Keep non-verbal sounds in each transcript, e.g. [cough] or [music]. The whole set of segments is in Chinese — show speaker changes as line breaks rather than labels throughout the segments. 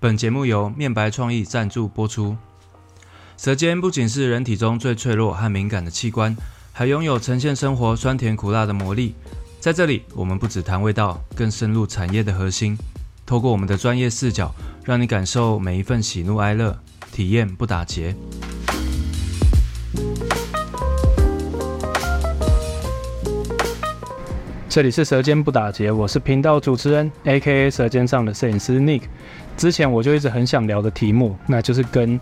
本节目由面白创意赞助播出。舌尖不仅是人体中最脆弱和敏感的器官，还拥有呈现生活酸甜苦辣的魔力。在这里，我们不只谈味道，更深入产业的核心，透过我们的专业视角，让你感受每一份喜怒哀乐，体验不打结。这里是《舌尖不打结》，我是频道主持人，A.K.A. 舌尖上的摄影师 Nick。之前我就一直很想聊的题目，那就是跟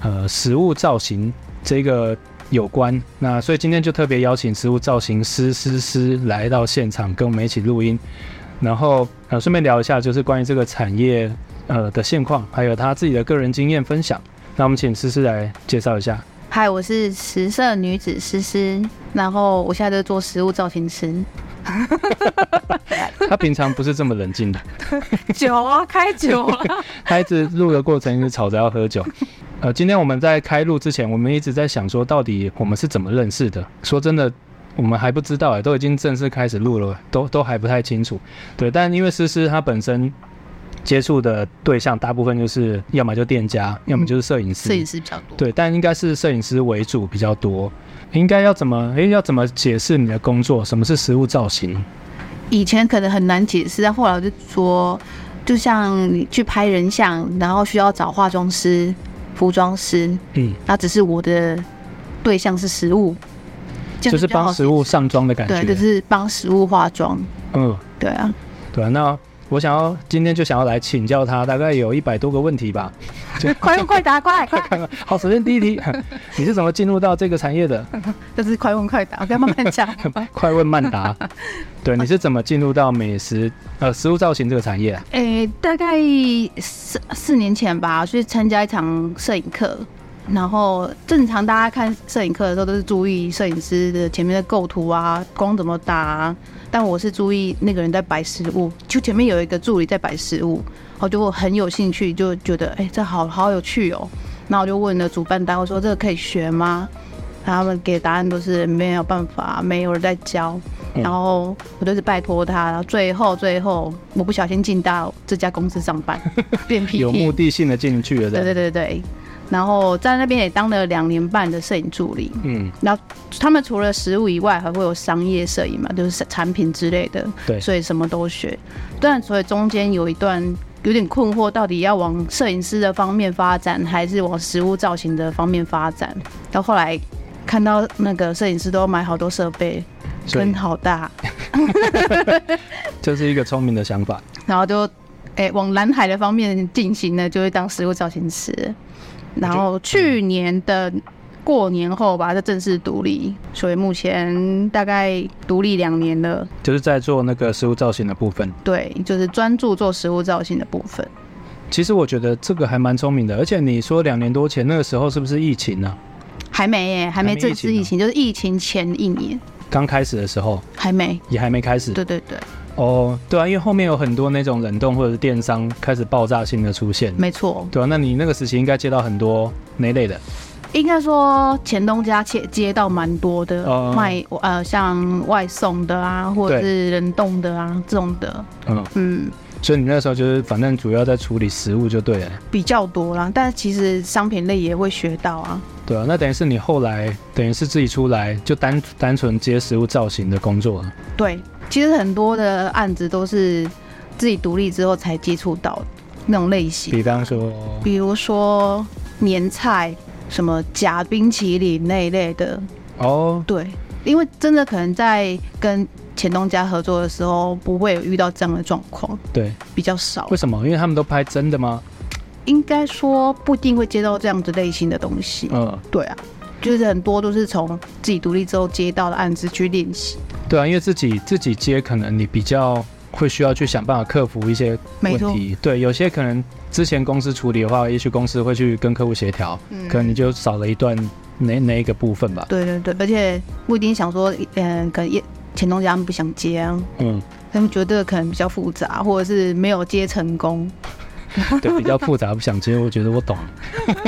呃食物造型这个有关。那所以今天就特别邀请食物造型师思思来到现场，跟我们一起录音。然后呃，顺便聊一下就是关于这个产业呃的现况，还有他自己的个人经验分享。那我们请思思来介绍一下。
嗨，我是食色女子诗诗，然后我现在在做食物造型师。
他平常不是这么冷静的，
[laughs] 酒啊，开酒了。
他一直录的过程一直吵着要喝酒。呃，今天我们在开录之前，我们一直在想说，到底我们是怎么认识的？说真的，我们还不知道哎，都已经正式开始录了，都都还不太清楚。对，但因为诗诗她本身接触的对象大部分就是，要么就店家，要么就是摄影师。
[laughs] 嗯摄影师比较多。
对，但应该是摄影师为主比较多。应该要怎么？诶，要怎么解释你的工作？什么是食物造型？
以前可能很难解释，但后来我就说，就像你去拍人像，然后需要找化妆师、服装师，
嗯，
那只是我的对象是食物，这样
就是
比较好
帮食物上妆的感觉。
对，就是帮食物化妆。
嗯。
对啊，
对啊，那我想要今天就想要来请教他，大概有一百多个问题吧。 [laughs]
快问快答，快快，
好，首先第一题， [laughs] 你是怎么进入到这个产业
[laughs]
的？
[laughs] 就是快问快答，我跟慢慢
[laughs]
讲。
快问慢答。对，你是怎么进入到美食呃食物造型这个产业、啊？
诶、大概四四年前吧，去参加一场摄影课。然后正常大家看摄影课的时候都是注意摄影师的前面的构图啊，光怎么打、啊，但我是注意那个人在摆食物，就前面有一个助理在摆食物，然后就我很有兴趣，就觉得诶，这好好有趣哦。然后我就问了主办单位说这个可以学吗？他们给答案都是没有办法，没有人在教。
嗯
然后我就是拜托他，然后最后最后我不小心进到这家公司上班，变 PT。
有目的性的进去了
对
的。
对对对。然后在那边也当了两年半的摄影助理。
嗯，
然后他们除了食物以外，还会有商业摄影嘛，就是产品之类的。
对
所以什么都学。但所以中间有一段有点困惑，到底要往摄影师的方面发展，还是往食物造型的方面发展？到后来看到那个摄影师都买好多设备，
所以
跟好大，
这是一个聪明的想法。
然后就哎、往蓝海的方面进行呢，就会当食物造型师。然后去年的过年后吧，就正式独立，所以目前大概独立两年了。
就是在做那个食物造型的部分，
对，就是专注做食物造型的部分。
其实我觉得这个还蛮聪明的。而且你说两年多前那个时候是不是疫情呢、
还没耶，还
还没
没正
疫情
式疫
哦
情，就是疫情前一年
刚开始的时候
还没。
也还没开始。
对对对，
哦，对啊，因为后面有很多那种冷冻或者是电商开始爆炸性的出现。
没错，
对啊，那你那个时期应该接到很多那类的，
应该说前东家接接到蛮多的、
哦
卖呃像外送的啊，或者
对
是冷冻的啊这种的，
嗯，
嗯，
所以你那时候就是反正主要在处理食物就对了，
比较多啦，但其实商品类也会学到啊。
对啊，那等于是你后来等于是自己出来就单单纯接食物造型的工作了，
对，其实很多的案子都是自己独立之后才接触到的那种类型，
比方说，
比如说年菜、什么假冰淇淋那一类的。
哦，
对，因为真的可能在跟前东家合作的时候，不会有遇到这样的状况，
对，
比较少
为。什么？因为他们都拍真的吗？
应该说不一定会接到这样子类型的东西。
嗯，
对啊，就是很多都是从自己独立之后接到的案子去练习。
对啊，因为自己自己接可能你比较会需要去想办法克服一些
没
问
错，
题，对，有些可能之前公司处理的话，也许公司会去跟客户协调，
嗯
可能你就少了一段那那一个部分吧，
对对对，而且不一定想说，嗯、可能也前东家他们不想接啊，
嗯。
他们觉得这个可能比较复杂，或者是没有接成功，
对，比较复杂，不想接。我觉得我懂，
[laughs]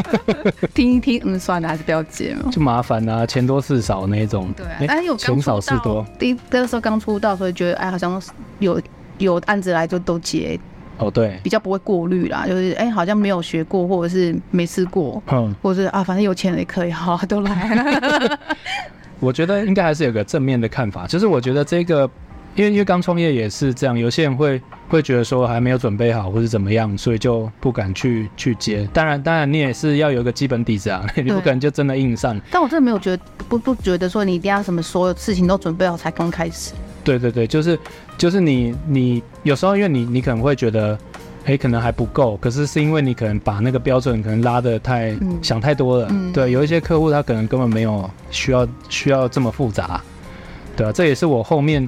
听一听，嗯，算了，还是不要接嘛。
就麻烦啊，钱多事少那一种。
[laughs] 对啊
诶，
但是有
哎
刚
钱少
出
事
道
多，
第一那个时候刚出道，所以觉得哎，好像有有案子来就都接，
哦，对，
比较不会过滤啦，就是哎、好像没有学过，或者是没吃过，
嗯，
或者是啊，反正有钱人也可以，好、啊、都来 [laughs] 了。
我觉得应该还是有个正面的看法，就是我觉得这个，因为因为刚创业也是这样，有些人会会觉得说还没有准备好或是怎么样，所以就不敢去去接。当然，当然你也是要有一个基本底子啊，你不可能就真的硬上。
但我真的没有觉得不不觉得说你一定要什么所有事情都准备好才刚开始。
对对对，就是就是你你有时候因为你你可能会觉得，哎，可能还不够，可是是因为你可能把那个标准可能拉得太、
嗯
想太多了。
嗯
对，有一些客户他可能根本没有需要需要这么复杂，对啊，这也是我后面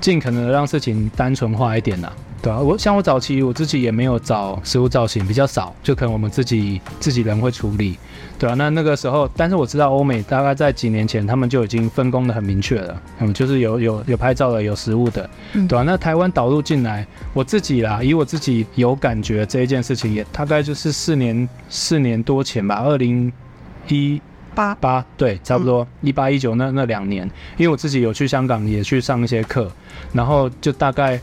尽可能的让事情单纯化一点啦、对啊，我像我早期我自己也没有找食物造型，比较少，就可能我们自己自己人会处理，对啊，那那个时候，但是我知道欧美大概在几年前，他们就已经分工的很明确了，嗯，就是有有有拍照的，有实物的，
嗯
对啊，那台湾导入进来，我自己啦，以我自己有感觉这一件事情，也大概就是四年四年多前吧，二零一
八
八对，差不
嗯
多一八一九那那两年，因为我自己有去香港也去上一些课，然后就大概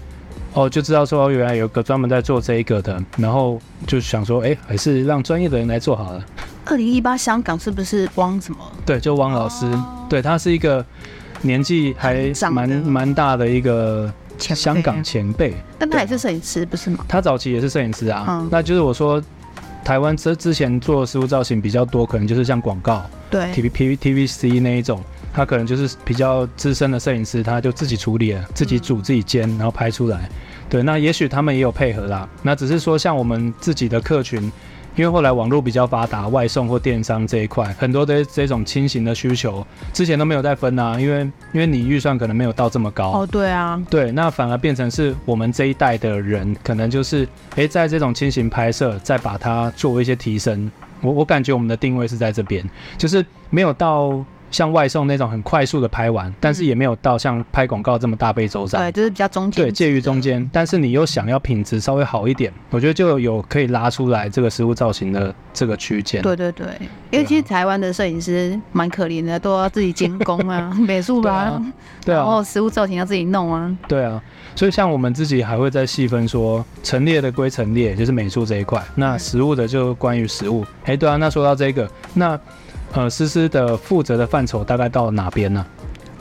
哦就知道说哦原来有个专门在做这一个的，然后就想说哎、还是让专业的人来做好了。
二零一八香港是不是汪什么？
对，就汪老师，
哦
对他是一个年纪还
很长的啊
蛮蛮大的一个
前辈
香港前辈，
但他也是摄影师，不是吗？
他早期也是摄影师啊。
嗯
那就是我说，台湾之之前做食物造型比较多，可能就是像广告、T 啊
对，
V P T V C 那一种，他可能就是比较资深的摄影师，他就自己处理了，自己煮自己煎，然后拍出来。对，那也许他们也有配合啦。那只是说，像我们自己的客群，因为后来网络比较发达，外送或电商这一块，很多的这种轻型的需求，之前都没有在分啊，因为因为你预算可能没有到这么高。
哦，对啊，
对，那反而变成是我们这一代的人，可能就是诶，在这种轻型拍摄，再把它做一些提升。我我感觉我们的定位是在这边，就是没有到像外送那种很快速的拍完，但是也没有到像拍广告这么大费周章。
对，就是比较中间值
对，
的，
介于中间，但是你又想要品质稍微好一点，我觉得就有可以拉出来这个食物造型的这个区间。
对对对，
啊
因为其实台湾的摄影师蛮可怜的，都要自己监工啊，
[laughs]
美术
对
啦，
啊对
然
啊，
后实物造型要自己弄啊。
对啊，所以像我们自己还会再细分说，陈列的归陈列，就是美术这一块。
嗯
那食物的就关于食物。哎、对啊，那说到这个，那呃，思思的负责的范畴大概到哪边呢、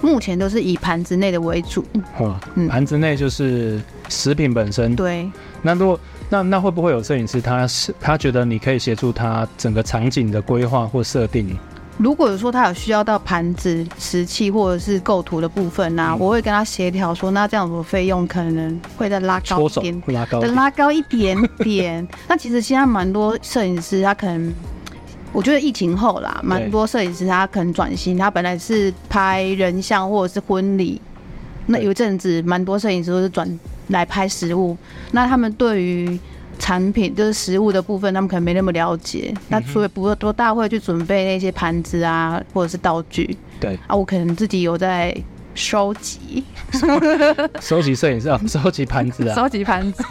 目前都是以盘子内的为主，
哦，
嗯
盘子内就是食品本身。
对，
那如果那那会不会有摄影师他是他觉得你可以协助他整个场景的规划或设定？
如果有说他有需要到盘子、石器或者是构图的部分啊，
嗯
我会跟他协调说，那这样我费用可能会再拉高
搓
一
手
点，
会拉高一
再
点。
拉高一点点。 [laughs] 那其实现在蛮多摄影师，他可能。我觉得疫情后啦，蛮多摄影师他可能转型，他本来是拍人像或者是婚礼，那
对
有一阵子蛮多摄影师都是转来拍食物。那他们对于产品就是食物的部分，他们可能没那么了解，那所以不会多大会去准备那些盘子啊，或者是道具
对，
啊。我可能自己有在收集，
收集摄影
[laughs]
师啊，收集盘子啊。
收集盘
[laughs]
子，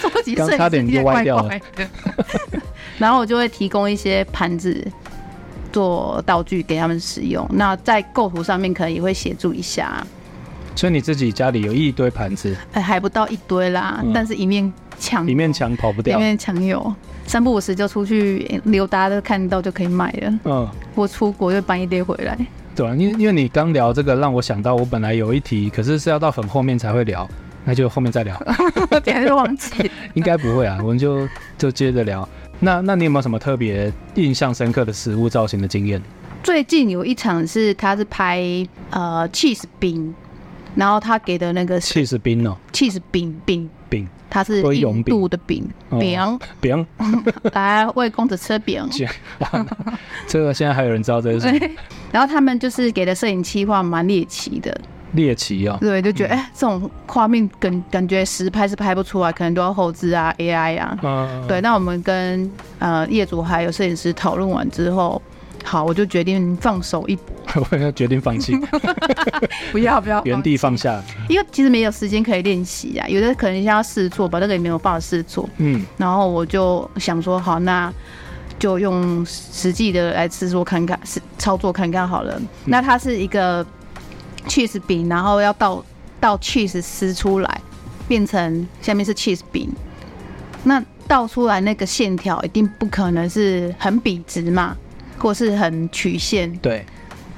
收集
刚
摄影师
差点就歪掉了
怪怪的
[laughs] 然后我就会提供一些盘子做道具给他们使用。那在构图上面可能也会协助一下，
所以你自己家里有一堆盘子，
哎，还不到一堆啦，
嗯
但是一面墙
里面墙跑不
里
掉。
面墙有。三不五时就出去哎溜达，都看到就可以买了。
嗯。
我出国就搬一堆回来。 [laughs]
对啊，因因为你刚聊这个，让我想到我本来有一题，可是是要到很后面才会聊，那就后面再
[laughs]
聊，
我等一下就
[laughs]
忘记。
应该不会啊，我们就就接着聊。那那你有没有什么特别印象深刻的食物造型的经验？
最近有一场是他是拍呃 cheese 饼，然后他给的那个
气死冰哦，
cheese 饼饼，
饼
它是
龟
印
蛹饼
度的饼
哦
饼， [laughs]
饼，
来喂公子吃饼。
完了这个现在还有人知道这是什么
然后他们就是给的摄影计划蛮猎奇的，
猎奇哦，
对，就觉
嗯
得哎、这种画面感感觉实拍是拍不出来，可能都要后置啊、AI 啊。
嗯，
对，那我们跟呃业主还有摄影师讨论完之后，好，我就决定放手一搏，
呃我要决定
[laughs]
放弃，
[laughs] 不要不要，
原地放下，
因为其实没有时间可以练习啊，有的可能现在要试错，把这个也没有办法试错，
嗯，
然后我就想说，好，那就用实际的来制作看看，是操作看看好了。
嗯
那它是一个 cheese 饼，然后要倒倒 cheese 撕出来，变成下面是 cheese 饼，那倒出来那个线条一定不可能是很笔直嘛，或是很曲线，
对，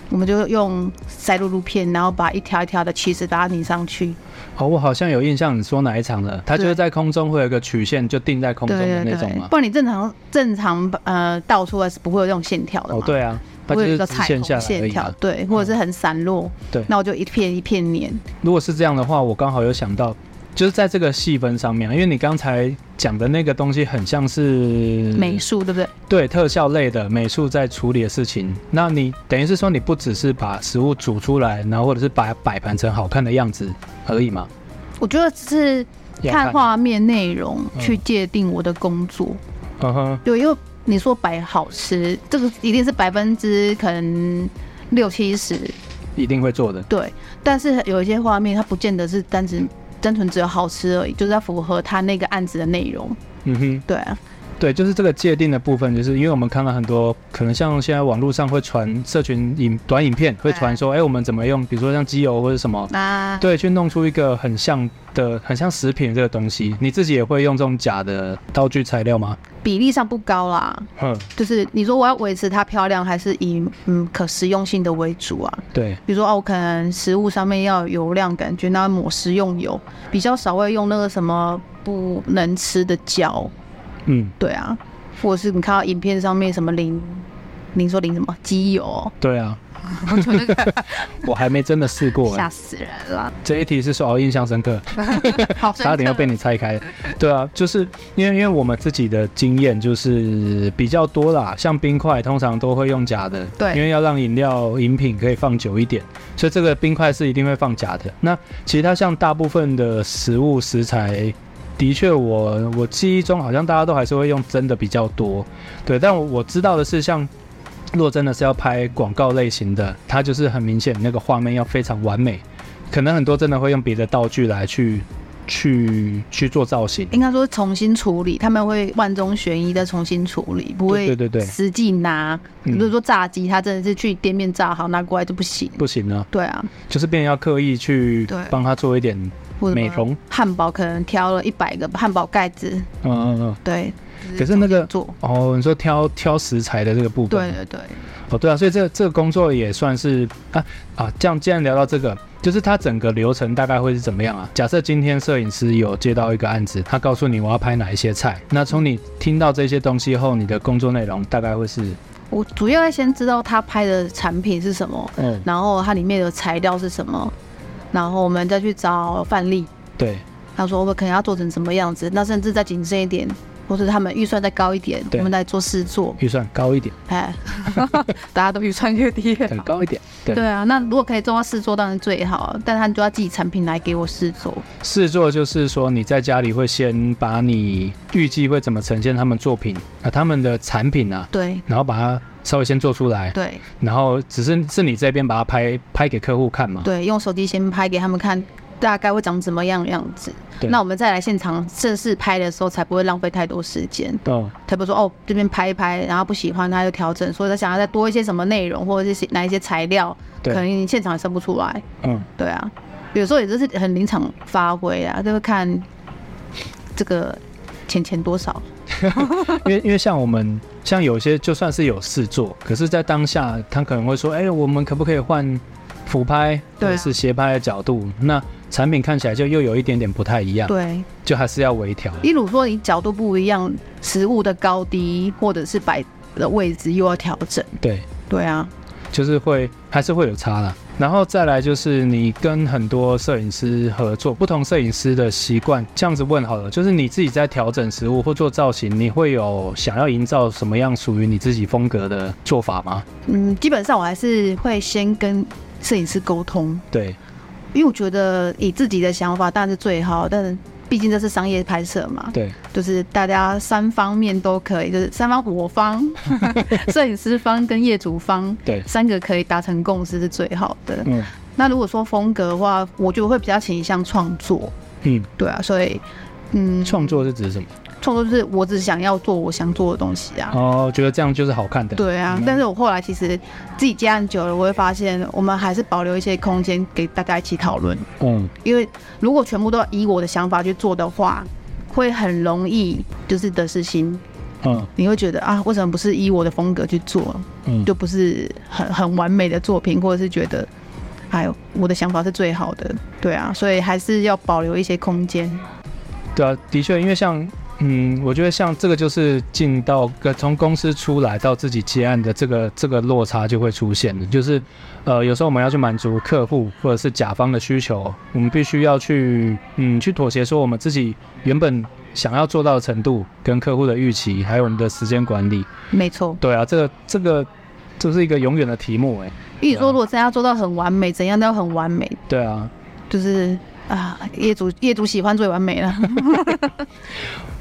我们就用塞露露片，然后把一条一条的起子把它拧上去。
哦，我好像有印象，你说哪一场的？它就是
对
在空中会有一个曲线，就定在空中的
对
那
对
种
对
嘛，。
不然你正常正常呃倒出来是不会有这种线条的嘛。
哦，对啊，它就
会有
是
一个
直
彩
线下
虹
来而
线
已啊
条
嘛。，
对，或者是很散落，
对
那我就一片一片粘，
如果是这样的话，我刚好有想到，就是在这个细分上面啊，因为你刚才讲的那个东西很像是
美术对不对？
对特效类的美术在处理的事情，那你等于是说你不只是把食物煮出来，然后或者是把它摆盘成好看的样子而已嘛？
我觉得只是
要
看，画面内容
嗯
去界定我的工作，
嗯哼，
对，因为你说摆好吃，这个一定是百分之可能六七十，
一定会做的。
对。但是有一些画面，它不见得是单纯单纯只有好吃而已，就是要符合它那个案子的内容，
嗯哼，
对啊，
对，就是这个界定的部分，就是因为我们看到很多，可能像现在网络上会传社群影短影片，会传说，哎、我们怎么用，比如说像机油或者什么，
那
对，去弄出一个很像的、很像食品这个东西。你自己也会用这种假的道具材料吗？
比例上不高啦。
哼，
就是你说我要维持它漂亮，还是以嗯可食用性的为主啊？
对，
比如说哦，我可能食物上面要有油量感觉，那抹食用油，比较少会用那个什么不能吃的胶，
嗯，
对啊，或者是你看到影片上面什么淋，您说淋什么机油哦，
对啊，
[laughs] 我觉得那个
[laughs] 我还没真的试过、
吓
哎
死人了，
这一题是说哦，印象深刻， [laughs]
好
差点要被你拆开。对啊，就是因为因为我们自己的经验就是比较多啦，像冰块通常都会用假的，
对
因为要让饮料饮品可以放久一点，所以这个冰块是一定会放假的。那其他像大部分的食物食材。的确我，我记忆中好像大家都还是会用真的比较多，对。但我我知道的是，像如果真的是要拍广告类型的，它就是很明显那个画面要非常完美，可能很多真的会用别的道具来去去去做造型。
应该说重新处理，他们会万中选一的重新处理，不会
对对对对
实际拿，比
嗯
如说炸鸡，它真的是去店面炸好拿过来就不行，
不行啊，
对啊，
就是变成要刻意去
对
帮他做一点，
或者
美
什么
容
汉堡可能挑了一百个汉堡盖子，
嗯嗯嗯。
对，
可是那个
做，
哦，你说挑挑食材的这个部分，
对对对，
哦，对啊，所以这个这个工作也算是啊啊，这样既然聊到这个，就是它整个流程大概会是怎么样啊？假设今天摄影师有接到一个案子，他告诉你我要拍哪一些菜，那从你听到这些东西后，你的工作内容大概会是，
我主要要先知道他拍的产品是什么，
嗯，
然后它里面的材料是什么，然后我们再去找范例，
对，
他说我哦们可能要做成什么样子，那甚至再谨慎一点，或者他们预算再高一点，
对
我们来做试做，
预算高一点，
哎， [laughs] 大家都预算越低越
对，
好。
高一点，对
对啊，那如果可以做到试做当然最好，啊但他就要寄产品来给我试做。
试做就是说，你在家里会先把你预计会怎么呈现他们作品啊，他们的产品啊，
对
然后把它稍微先做出来，
对
然后只是是你这边把它拍拍给客户看嘛。
对，用手机先拍给他们看。大概会长怎么样的样子？
对
那我们再来现场正式拍的时候，才不会浪费太多时间。
嗯，
他不说哦，这边拍一拍，然后不喜欢他就调整，所以他想要再多一些什么内容，或者是哪一些材料，可能
对，
你现场也生不出来，
嗯，
对啊，有时候也就是很临场发挥啊，就会看这个钱钱多少，
[laughs] 啊因为因为像我们像有些就算是有试做，可是，在当下他可能会说，哎、我们可不可以换俯拍或
对啊
者是斜拍的角度？那产品看起来就又有一点点不太一样，
对，
就还是要微调。
例如说你角度不一样，食物的高低或者是摆的位置又要调整，
对，
对啊，
就是会还是会有差啦。然后再来就是你跟很多摄影师合作，不同摄影师的习惯，这样子问好了，就是你自己在调整食物或做造型，你会有想要营造什么样属于你自己风格的做法吗？
嗯，基本上我还是会先跟摄影师沟通，
对，
因为我觉得以自己的想法当然是最好，但毕竟这是商业拍摄嘛，
对，
就是大家三方面都可以，就是三方
[laughs]
我方、摄影师方跟业主方，
对
三个可以达成共识是最好的。
嗯
那如果说风格的话，我就会比较倾向创作，
嗯，
对啊，所以嗯，
创作是指什么？
创作就是我只想要做我想做的东西啊。
哦，觉得这样就是好看的。，
对啊
嗯，
但是我后来其实自己接案久了，我会发现我们还是保留一些空间给大家一起讨论，
嗯，
因为如果全部都要以我的想法去做的话，会很容易就是得失心，
嗯
你会觉得啊，为什么不是以我的风格去做，
嗯，
就不是很 [laughs] 很完美的作品，或者是觉得，哎呦，我的想法是最好的，对啊，所以还是要保留一些空间。
对啊，的确，因为像嗯，我觉得像这个就是进到呃从公司出来到自己接案的这个这个落差就会出现的，就是呃有时候我们要去满足客户或者是甲方的需求，我们必须要去嗯去妥协说我们自己原本想要做到的程度跟客户的预期，还有我们的时间管理。
没错，
对啊，这个这个这是一个永远的题目哎、
因为你说如果真的要做到很完美，怎样都要很完美，
对啊，
就是啊，业主业主喜欢最完美了。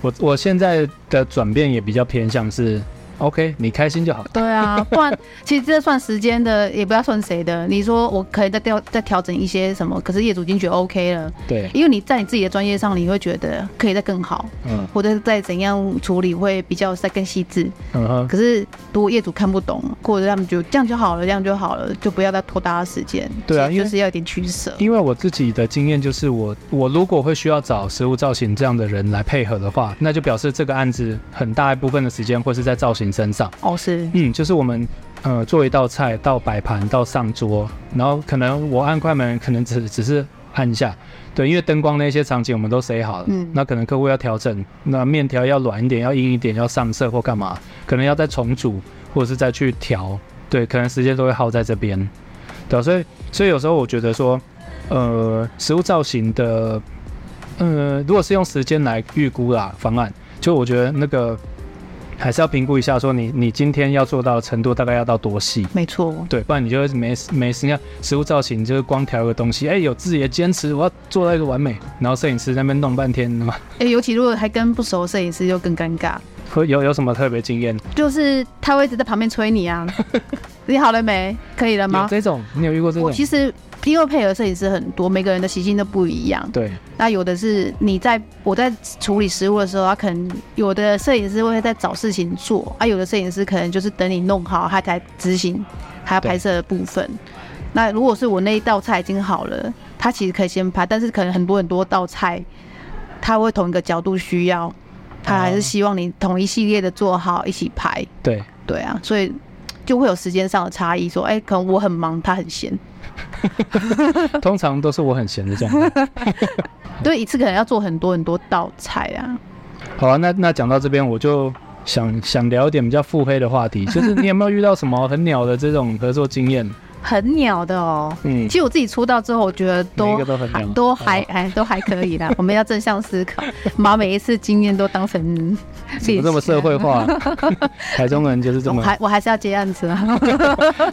我我现在的转变也比较偏向是 OK，你开心就好。
对
[laughs]
啊，不然其实这算时间的，也不要算谁的。你说我可以再调再调整一些什么，可是业主已经觉得 OK 了，
对，
因为你在你自己的专业上，你会觉得可以再更好，
嗯
或者再怎样处理会比较再更细致。
嗯哼，
可是如果业主看不懂，或者他们觉得这样就好了，这样就好了，就不要再拖大家时间。
对啊
其实
因为
就是要有点取舍。
因为我自己的经验就是我，我如果会需要找实物造型这样的人来配合的话，那就表示这个案子很大一部分的时间会是在造型身上。
哦，是，
嗯，就是我们呃做一道菜到摆盘到上桌，然后可能我按快门，可能只只是按一下，对，因为灯光那些场景我们都塞好了，
嗯
那可能客户要调整，那面条要软一点，要硬一点，要上色或干嘛，可能要再重组或者是再去调，对，可能时间都会耗在这边，对啊、所以所以有时候我觉得说，呃，食物造型的，呃，如果是用时间来预估啦方案，就我觉得那个还是要评估一下，说你你今天要做到的程度大概要到多细，
没错。
对，不然你就会没没事。你看食物造型就是光调一个东西，哎、有自己的坚持，我要做到一个完美，然后摄影师在那边弄半天，嘛，
哎、尤其如果还跟不熟的摄影师，就更尴尬。
会 [laughs] 有有什么特别经验？
就是他会一直在旁边催你
[laughs]
啊，你好了没？可以了
有
吗？
这种，你有遇过这
我
种？
其实因为配合摄影师很多，每个人的习性都不一样。
对，
那有的是你在我在处理食物的时候，他可能有的摄影师会在找事情做，啊，有的摄影师可能就是等你弄好，他才执行还要
对
拍摄的部分。那如果是我那一道菜已经好了，他其实可以先拍，但是可能很多很多道菜，他会同一个角度需要，他还是
哦
希望你同一系列的做好一起拍。
对，
对啊，所以就会有时间上的差异，说，哎、可能我很忙，他很闲，
通常都是我很闲的这样。
对，一次可能要做很多很多道菜啊。
好啊，那那讲到这边，我就想想聊一点比较腹黑的话题，就是你有没有遇到什么很鸟的这种合作经验？
很鸟的哦。
嗯
其，实我自己出道之后，我觉得
每一
都
个都很
还
鸟，哦
都还哎都还可以
[laughs]
啦。我们要正向思考，把每一次经验都当成啊
怎么这么社会
[laughs]
化？台中人就是这
我
么
还我还是要接案子啊。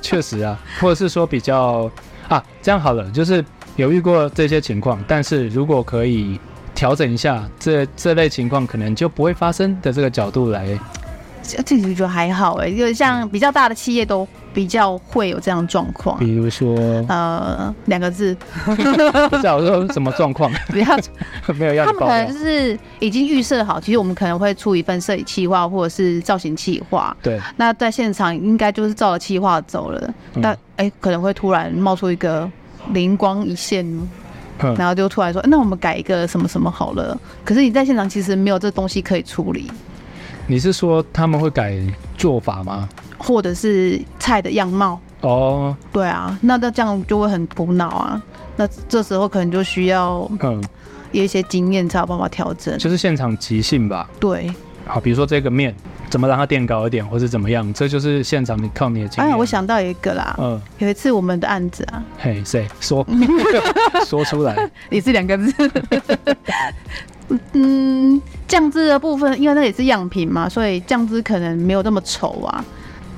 确实啊，或者是说比较啊，这样好了，就是有遇过这些情况，但是如果可以调整一下这这类情况，可能就不会发生的这个角度来，
[laughs] 这这己觉得还好哎、因为像比较大的企业都比较会有这样的状况。
比如
[laughs]
说，
呃，两
[laughs]
个字，
不知道说什么状况， [laughs]
比较
没有要
他
你
们
爆
可能
料
就，是已经预设好，其实我们可能会出一份摄影企划或者是造型企划，
对，
那在现场应该就是照着企划走了，
嗯
但哎、可能会突然冒出一个灵光一现，
嗯
然后就突然说，那我们改一个什么什么好了。可是你在现场其实没有这东西可以处理，
你是说他们会改做法吗？
或者是菜的样貌，
哦，
对啊，那那这样就会很苦恼啊。那这时候可能就需要
嗯，
有一些经验才有办法调整，
就是现场即兴吧。
对。
好，比如说这个面怎么让它垫高一点，或是怎么样，这就是现场你靠你的经
哎
验。
呀，我，想到一个啦，
嗯，
有一次我们的案子啊，
嘿，谁
[laughs]
说说出来？
也是两个字。 [laughs] 嗯，酱汁的部分，因为那也是样品嘛，所以酱汁可能没有那么稠啊。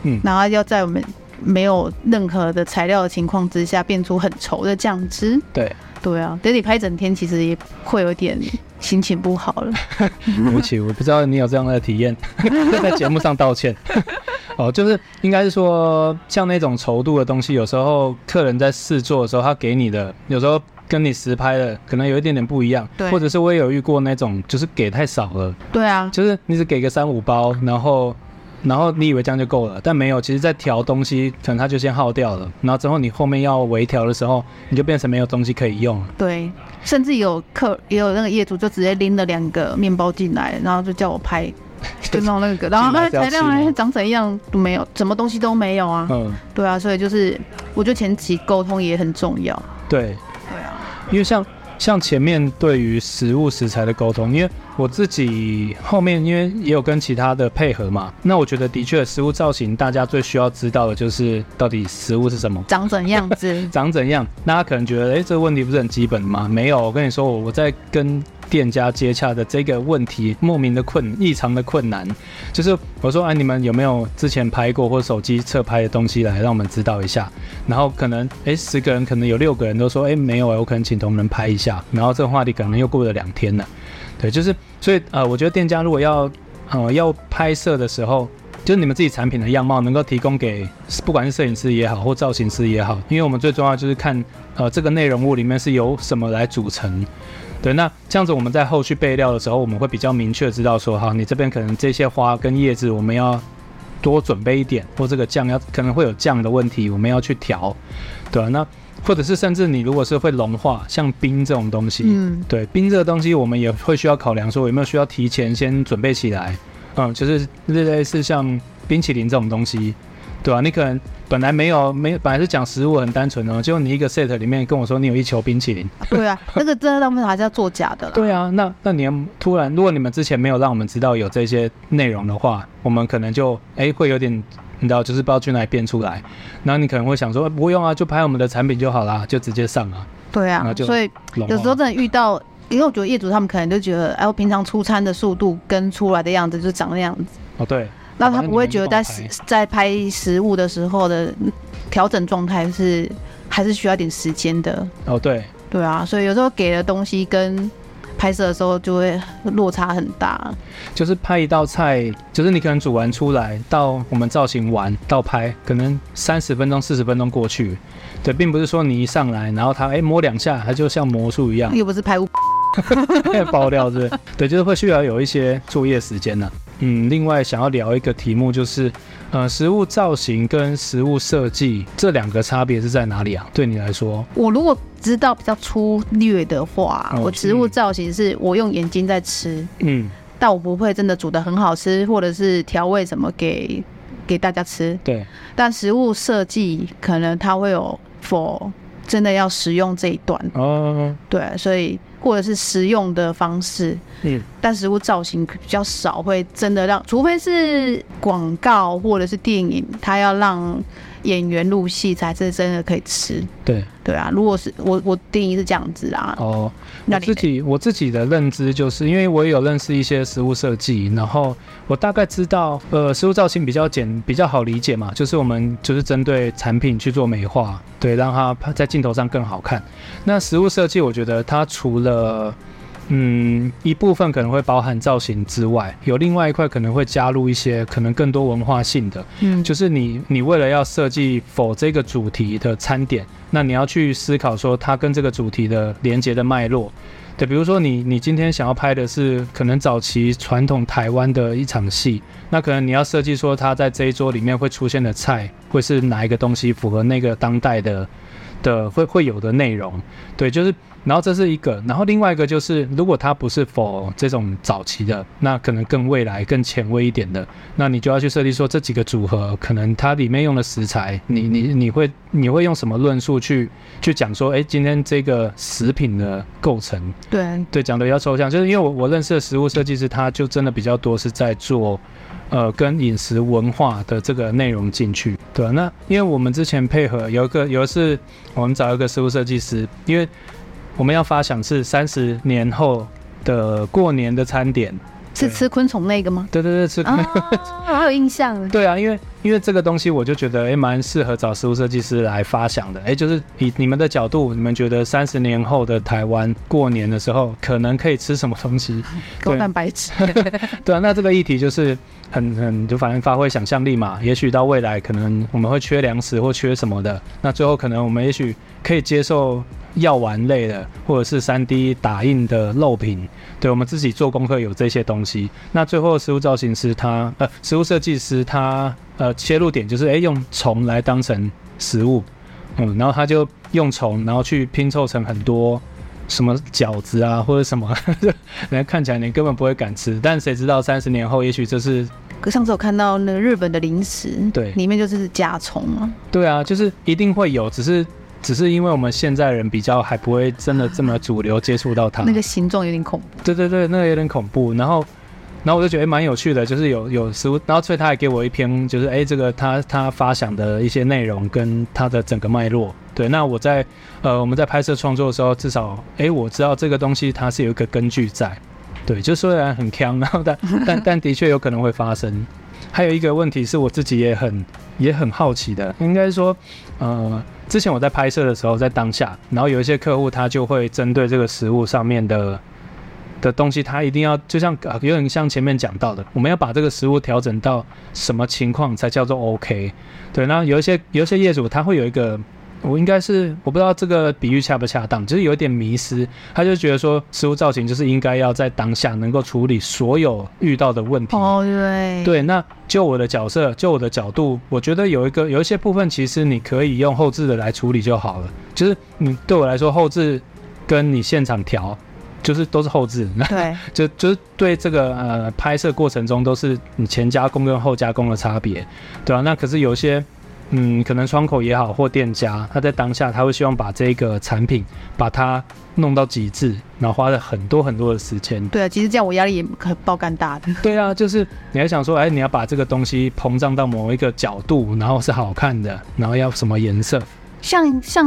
嗯
然后要在我们没有任何的材料的情况之下，变出很稠的酱汁。
对，
对啊，等你拍整天，其实也会有点心情不好了。
对不起，我不知道你有这样的体验， [laughs] 在节目上道歉。哦，就是应该是说，像那种稠度的东西，有时候客人在试做的时候，他给你的有时候跟你实拍的可能有一点点不一样，
对
或者是我也有遇过那种，就是给太少了，
对啊，
就是你只给个三五包，然后然后你以为这样就够了，但没有，其实在调东西，可能它就先耗掉了，然后之后你后面要微调的时候，你就变成没有东西可以用了。
对，甚至有客也有那个业主就直接拎了两个面包进来，然后就叫我拍，就弄那个，然后那材料还长怎样都没有，什么东西都没有啊。
嗯，
对啊，所以就是我觉得前期沟通也很重要。
对，
对啊，
因为像像前面对于食物食材的沟通，因为我自己后面因为也有跟其他的配合嘛，那我觉得的确食物造型大家最需要知道的就是到底食物是什么。？
长怎样子
[laughs] 长怎样？那他可能觉得，哎、这个问题不是很基本吗？没有，我跟你说，我我在跟店家接洽的这个问题，莫名的困，异常的困难，就是我说，哎、你们有没有之前拍过或手机侧拍的东西来让我们知道一下？然后可能，哎、十个人可能有六个人都说，哎、没有、哎，我可能请同仁拍一下。然后这个话题可能又过了两天了，对，就是所以呃，我觉得店家如果要呃要拍摄的时候，就是你们自己产品的样貌能够提供给不管是摄影师也好或造型师也好，因为我们最重要就是看呃这个内容物里面是由什么来组成。对，那这样子我们在后续备料的时候，我们会比较明确知道说，好，你这边可能这些花跟叶子我们要多准备一点，或这个酱要可能会有酱的问题，我们要去调，对啊，那或者是甚至你如果是会融化，像冰这种东西，
嗯，
对冰这个东西，我们也会需要考量说有没有需要提前先准备起来，嗯，就是类似像冰淇淋这种东西，对啊吧、你可能本来没有没本来是讲食物很单纯哦，结果你一个 set 里面跟我说你有一球冰淇淋，
对啊，那个真的浪费还是要作假的啦。
对啊，那那你要突然如果你们之前没有让我们知道有这些内容的话，我们可能就哎、会有点。你知道，就是不知道去哪里变出来，然后你可能会想说，哎不用啊，就拍我们的产品就好啦，就直接上啊。
对啊
那，就
所以
有
有时候真的遇到，因为我觉得业主他们可能就觉得，哎，我平常出餐的速度跟出来的样子就长那样子，
哦，对，
那他不会觉得
反
在
正你
食
们
在拍食物的时候的调整状态是还是需要一点时间的，
哦对，
对啊，所以有时候给的东西跟拍摄的时候就会落差很大，
就是拍一道菜，就是你可能煮完出来，到我们造型完到拍，可能三十分钟、四十分钟过去，对，并不是说你一上来，然后它哎、摸两下，它就像魔术一 [laughs] 样
又不是拍物，
爆料，对不对？对，就是会需要有一些作业时间呢、嗯，另外想要聊一个题目就是，呃，食物造型跟食物设计这两个差别是在哪里啊？对你来说，
我如果知道比较粗略的话，
哦
我植物
嗯
造型是我用眼睛在吃，
嗯，
但我不会真的煮的很好吃，或者是调味什么给给大家吃。
对，
但食物设计可能它会有否真的要食用这一段，
哦，
对，所以或者是食用的方式，
嗯，
但食物造型比较少会真的让，除非是广告或者是电影，它要让演员入戏才是真的可以吃。
对。
对啊，如果是我我定义是这样子啊，
哦，
那
我
你
自
嘞
己我自己的认知就是，因为我也有认识一些食物设计，然后我大概知道，呃，食物造型比较简比较好理解嘛，就是我们就是针对产品去做美化，对，让它在镜头上更好看。那食物设计，我觉得它除了嗯，一部分可能会包含造型之外，有另外一块可能会加入一些可能更多文化性的，
嗯，
就是你你为了要设计否这个主题的餐点，那你要去思考说它跟这个主题的连接的脉络。对，比如说你你今天想要拍的是可能早期传统台湾的一场戏，那可能你要设计说它在这一桌里面会出现的菜会是哪一个东西符合那个当代的的会会有的内容。对，就是然后这是一个，然后另外一个就是如果它不是否这种早期的，那可能更未来更前卫一点的，那你就要去设计说这几个组合，可能它里面用的食材，你你你会你会用什么论述去去讲说，哎，今天这个食品的构成，
对，
对，讲的比较抽象，就是因为我我认识的食物设计师，他就真的比较多是在做，呃，跟饮食文化的这个内容进去，对啊、那因为我们之前配合有一个有一次我们找一个食物设计师，因为我们要发想是三十年后的过年的餐点，
是吃昆虫那个吗？哦
对对啊 [laughs] 对，吃
啊，我好有印象了。
对啊，因为因为这个东西，我就觉得哎，诶蛮适合找食物设计师来发想的。哎，就是以你们的角度，你们觉得三十年后的台湾过年的时候，可能可以吃什么东西？
高
对
蛋白质，
[laughs] 对啊，那这个议题就是很很就反正发挥想象力嘛。也许到未来可能我们会缺粮食或缺什么的，那最后可能我们也许可以接受药丸类的，或者是三 D 打印的肉品，对我们自己做功课有这些东西。那最后食物造型师他呃食物设计师他呃切入点就是诶、用虫来当成食物，嗯，然后他就用虫然后去拼凑成很多。什么饺子啊，或者什么，人家看起来你根本不会敢吃，但谁知道三十年后，也许这是
可上次我看到那个日本的零食，
对
里面就是甲虫啊，
对啊，就是一定会有，只是只是因为我们现在人比较还不会真的这么主流接触到它。
那个形状有点恐怖。
对对对，那个有点恐怖。然后，然后我就觉得诶蛮有趣的，就是有有食物，然后所以他还给我一篇，就是哎、诶这个他他发想的一些内容跟他的整个脉络。对，那我在呃我们在拍摄创作的时候，至少哎、诶我知道这个东西它是有一个根据在。对，就虽然很坑，然后但但但的确有可能会发生。还有一个问题是我自己也很也很好奇的，应该说，呃，之前我在拍摄的时候，在当下，然后有一些客户他就会针对这个食物上面的的东西，他一定要就像呃有点像前面讲到的，我们要把这个食物调整到什么情况才叫做 OK？对，那有一些有一些业主他会有一个。我应该是我不知道这个比喻恰不恰当，就是有一点迷失，他就觉得说食物造型就是应该要在当下能够处理所有遇到的问题，
哦，对，
对，那就我的角色，就我的角度，我觉得有一个有一些部分，其实你可以用后置的来处理就好了。就是你对我来说，后置跟你现场调，就是都是后置， [laughs] 那
对，
就就是对这个呃拍摄过程中都是你前加工跟后加工的差别，对啊，那可是有一些。嗯，可能窗口也好，或店家，他在当下他会希望把这个产品把它弄到极致，然后花了很多很多的时间。
对啊，其实这样我压力也很爆肝大的。
对啊，就是你还想说，哎，你要把这个东西膨胀到某一个角度，然后是好看的，然后要什么颜色？
像像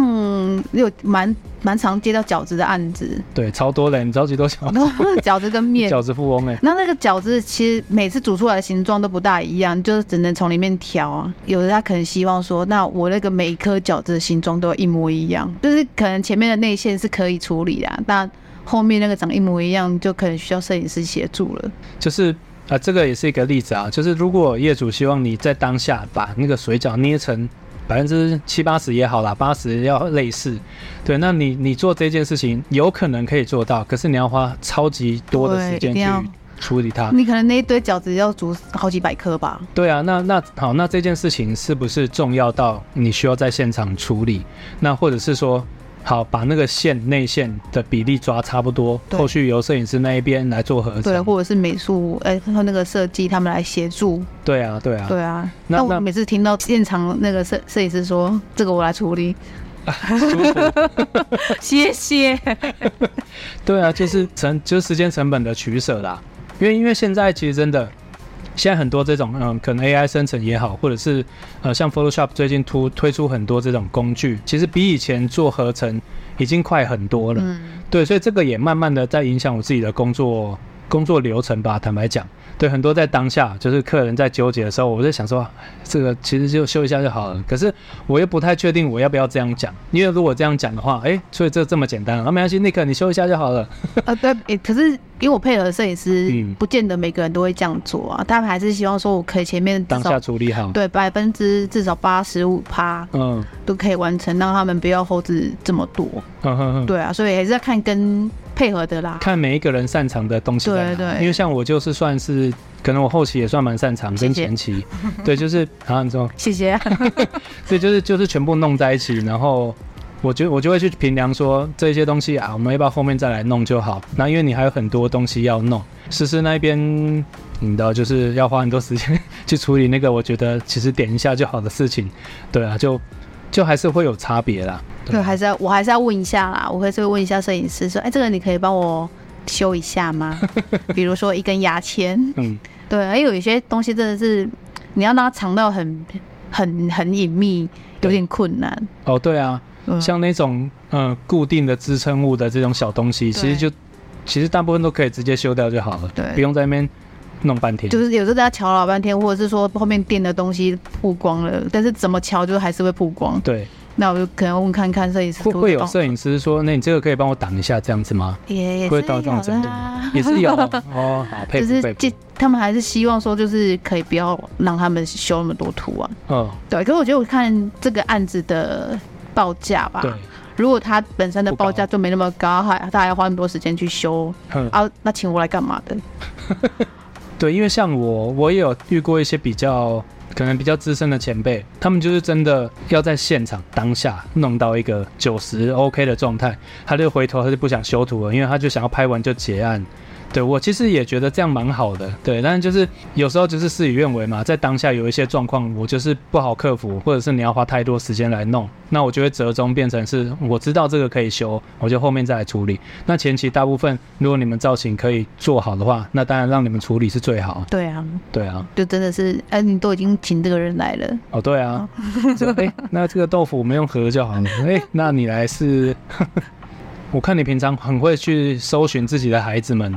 有蛮蛮常接到饺子的案子，
对，超多的，你着急多想。
然后 [laughs] 饺子跟
[laughs]
面，
饺子富翁哎、
哦那那个饺子其实每次煮出来的形状都不大一样，就是只能从里面挑啊。有的他可能希望说，那我那个每一颗饺子的形状都一模一样，就是可能前面的内馅是可以处理的，但后面那个长一模一样，就可能需要摄影师协助了。
就是啊、呃这个也是一个例子啊，就是如果业主希望你在当下把那个水饺捏成百分之七八十也好啦，八十要类似，对，那你你做这件事情有可能可以做到，可是你要花超级多的时
对
间
一定要
去处理它。
你可能那一堆饺子要煮好几百颗吧？
对啊，那那好，那这件事情是不是重要到你需要在现场处理？那或者是说，好把那个线内线的比例抓差不多，
对
后续由摄影师那一边来做合
对，
成。
或者是美术，哎、和那个设计他们来协助。
对啊，对啊，
对啊，
那
那我
那
每次听到现场那个摄摄影师说这个我来处理，
[laughs] 舒服。
[laughs] 谢谢。
对啊，就是成就是时间成本的取舍啦。因为因为现在其实真的，现在很多这种嗯，可能 AI 生成也好，或者是呃像 Photoshop 最近突推出很多这种工具，其实比以前做合成已经快很多了。
嗯，
对，所以这个也慢慢的在影响我自己的工作工作流程吧。坦白讲，对很多在当下就是客人在纠结的时候，我就想说，哎这个其实就修一下就好了。可是我又不太确定我要不要这样讲，因为如果这样讲的话，哎，所以这这么简单啊，没关系，Nick 你修一下就好了。
呃，对，诶可是因为我配合的摄影师
嗯，
不见得每个人都会这样做啊，他们还是希望说我可以前面至
当
少
下处理好。
对百分之至少八十五趴
嗯，
都可以完成，让他们不要后置这么多。
哼哼哼。
对啊，所以还是要看跟配合的啦。
嗯看每一个人擅长的东西在哪。
对对
因为像我就是算是，可能我后期也算蛮擅长，
谢
跟
谢
前期，对，就是啊，你说
谢谢、啊。
对，就是就是全部弄在一起，然后我就我就会去评量说这些东西啊，我们要不要后面再来弄就好。那因为你还有很多东西要弄，诗诗那边你知道就是要花很多时间 [laughs] 去处理那个，我觉得其实点一下就好的事情，对啊，就就还是会有差别啦。
对，啊还是要我还是要问一下啦，我会是会问一下摄影师说，哎、这个你可以帮我修一下吗？ [laughs] 比如说一根牙签，
嗯，
对，因为有些东西真的是你要让它藏到很很很隐秘，有点困难。
哦，对啊，
嗯，
像那种呃固定的支撑物的这种小东西，其实
对
就其实大部分都可以直接修掉就好了，
对
不用在那边弄半天。
就是有时候大家瞧老半天，或者是说后面垫的东西曝光了，但是怎么瞧就还是会曝光。
对，
那我就可能问看看摄影
[laughs]
师
会会有
帮
摄影师说，那你这个可以帮我挡一下这样子
[laughs]
吗？
也也
会
是
到这种程
有
度
啦， [laughs]
也是有哦，好佩
就
服
是
佩
这
服，
他们还是希望说，就是可以不要让他们修那么多图啊。
嗯，
对，可是我觉得我看这个案子的报价吧，
对，
如果它本身的
不高
报价就没那么高，还它还要花那么多时间去修
哼
啊，那请我来干嘛的？
嗯对，因为像我，我也有遇过一些比较可能比较资深的前辈，他们就是真的要在现场当下弄到一个九十 OK 的状态，他就回头他就不想修图了，因为他就想要拍完就结案。对我其实也觉得这样蛮好的，对，但是就是有时候就是事与愿违嘛，在当下有一些状况，我就是不好克服，或者是你要花太多时间来弄，那我就会折中变成是我知道这个可以修，我就后面再来处理。那前期大部分，如果你们造型可以做好的话，那当然让你们处理是最好。
对啊，
对啊，
就真的是，哎、你都已经请这个人来了， [laughs]
哦对啊，这哎、那这个豆腐我们用盒就好了。哎、那你来是， [laughs] 我看你平常很会去搜寻自己的孩子们。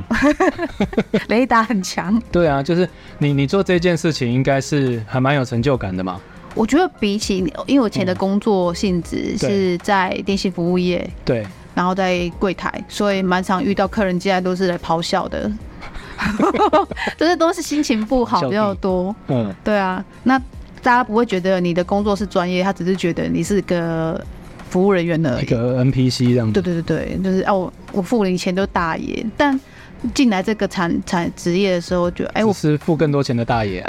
雷达很强。
对啊，就是你你做这件事情应该是还蛮有成就感的嘛。
我觉得比起，因为我以
嗯
前的工作性质是在电信服务业，
对，
然后在柜台，所以蛮常遇到客人进来都是来咆哮
[laughs]
的，就是都是心情不好
咆哮
比
帝
较多。
嗯，
对啊，那大家不会觉得你的工作是专业，他只是觉得你是个服务人员而
一
已。
个 NPC 这样
对
子。
对对对，就是哦、我我付了你钱都大爷，但进来这个产产职业的时候，觉得哎、
哎，我
我哎
是付更多钱的大爷，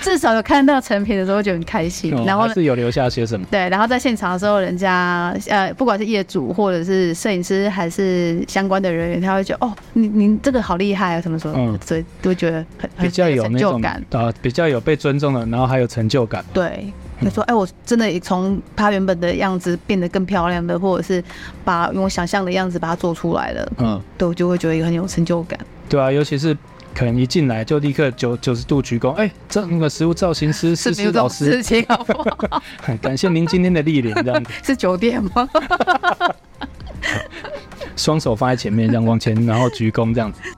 至少有看到成品的时候就很开心，
哦
然后
还是有留下些什么？
对，然后在现场的时候，人家呃，不管是业主或者是摄影师，还是相关的人员，他会觉得哦，你你这个好厉害啊，什么什么，
嗯
所以都会觉得很很
比较有
成
那
就
种
感。
啊，比较有被尊重的，然后还有成就感。
对，他说：“哎、我真的也从他原本的样子变得更漂亮的，或者是把用我想象的样子把它做出来了，
嗯，
对，我就会觉得很有成就感。
对啊，尤其是可能一进来就立刻九九十度鞠躬，哎、这那个食物造型师是
是没有
施
这
老
种
师，
事情，好不好？
[laughs] 感谢您今天的莅临，这样子，
是酒店吗？
双手放在前面，这样往前，然后鞠躬这样子。 [laughs]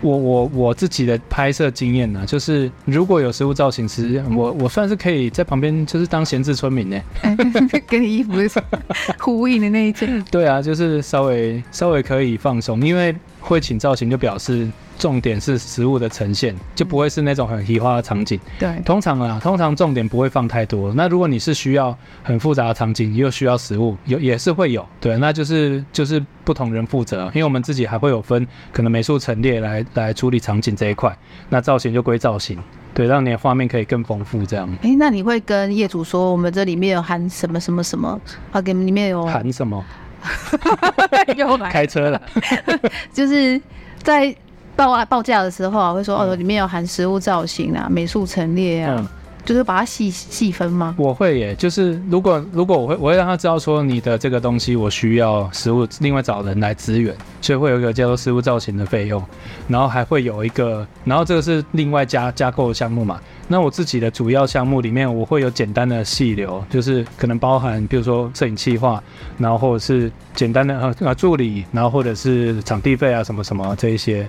我我我自己的拍摄经验呢、啊就是如果有食物造型师，我我算是可以在旁边就是当闲置村民欸呢、
给你衣服是什么呼应的那一件，
对啊，就是稍微稍微可以放松，因为会请造型就表示重点是食物的呈现，就不会是那种很奇花的场景。
对，
通常啊，通常重点不会放太多。那如果你是需要很复杂的场景，又需要食物，有也是会有，对，那就是就是不同人负责，因为我们自己还会有分，可能美术陈列来来处理场景这一块，那造型就归造型，对，让你的画面可以更丰富，这样
哎、那你会跟业主说我们这里面有含什么什么什么？啊，给里
[laughs]
面有
喊什么？
又来，
开车了，
就是在报啊报价的时候啊，会说哦，里面有含食物造型啊、美术陈列啊，
嗯，
就是把它细细分吗？
我会耶，就是如果如果我会我会让他知道说你的这个东西我需要食物，另外找人来支援，所以会有一个叫做食物造型的费用，然后还会有一个，然后这个是另外加加购的项目嘛。那我自己的主要项目里面，我会有简单的细流，就是可能包含比如说摄影企划，然后或者是简单的呃呃助理，然后或者是场地费啊什么什么这一些。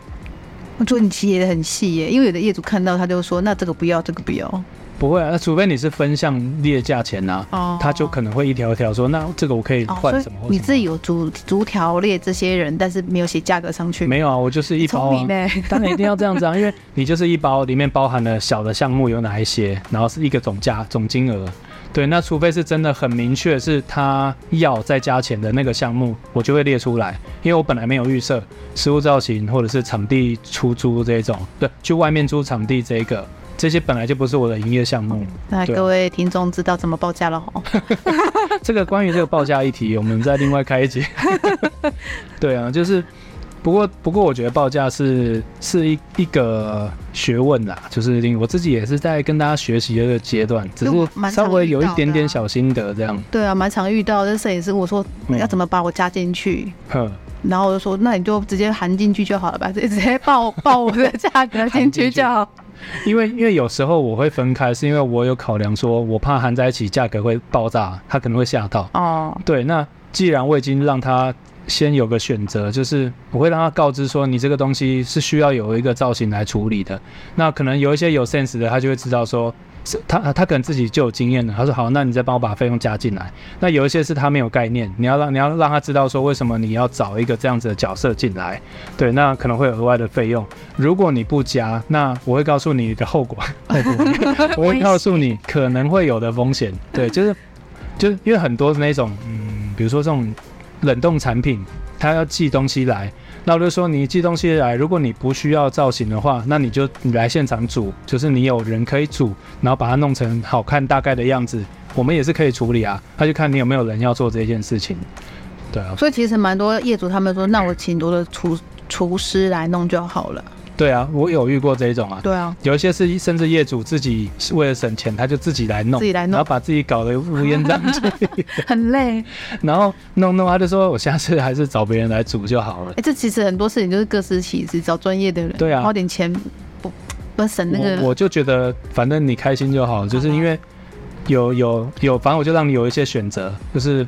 我觉得你其实也很细耶，因为有的业主看到他就说那这个不要，这个不要
不会啊，那除非你是分项列价钱呐、
哦
他就可能会一条一条说，那这个我可以
哦，
换
所以
什么或什么。
你自己有逐逐条列这些人，但是没有写价格上去，
没有啊，我就是一包
聪
啊 [laughs]
明。呢。
当然一定要这样子啊，因为你就是一包，里面包含了小的项目有哪一些，然后是一个总价总金额。对，那除非是真的很明确是他要再加钱的那个项目，我就会列出来，因为我本来没有预设实物造型或者是场地出租这种，对，去外面租场地这个，这些本来就不是我的营业项目。
那
对啊
各位听众知道怎么报价了哦。 [laughs]
这个关于这个报价议题，我们再另外开一集。
[laughs]
对啊，就是不过不过，我觉得报价是是一一个学问啦，就是令我自己也是在跟大家学习的一个阶段，只
就
是
蛮
稍
常
微
遇
有一
到的
点点
啊
小心得这样。
对啊，蛮常遇到，就是摄影师我说
嗯
要怎么把我加进去，
哼，
然后我就说那你就直接含进去就好了吧， [laughs] 直接报报我的价格进去就好。
因为因为有时候我会分开，是因为我有考量说，我怕含在一起价格会爆炸，它可能会吓到。
哦，
对，那既然我已经让他先有个选择，就是我会让他告知说，你这个东西是需要有一个造型来处理的。那可能有一些有 sense 的，他就会知道说，是他他可能自己就有经验了。他说好，那你再帮我把费用加进来。那有一些是他没有概念，你要让你要让他知道说，为什么你要找一个这样子的角色进来？对，那可能会有额外的费用。如果你不加，那我会告诉你的后果，后果，我会告诉你可能会有的风险。对，就是就是因为很多那种，嗯，比如说这种冷冻产品，它要寄东西来，那我就说你寄东西来，如果你不需要造型的话，那你就你来现场煮，就是你有人可以煮，然后把它弄成好看大概的样子，我们也是可以处理啊。他就看你有没有人要做这件事情，对啊，
所以其实蛮多业主他们说，那我请多的厨厨师来弄就好了。
对啊，我有遇过这种啊。
对啊，
有一些是甚至业主自己是为了省钱，他就自己来弄，
自己来弄
然后把自己搞得乌烟瘴
[laughs]
气，
很累。
然后弄弄，他就说我下次还是找别人来煮就好了
哎、。这其实很多事情就是各司其职，找专业的人，
对啊
花点钱不不省那个
我我就觉得反正你开心就好，就是因为有有有，反正我就让你有一些选择，就是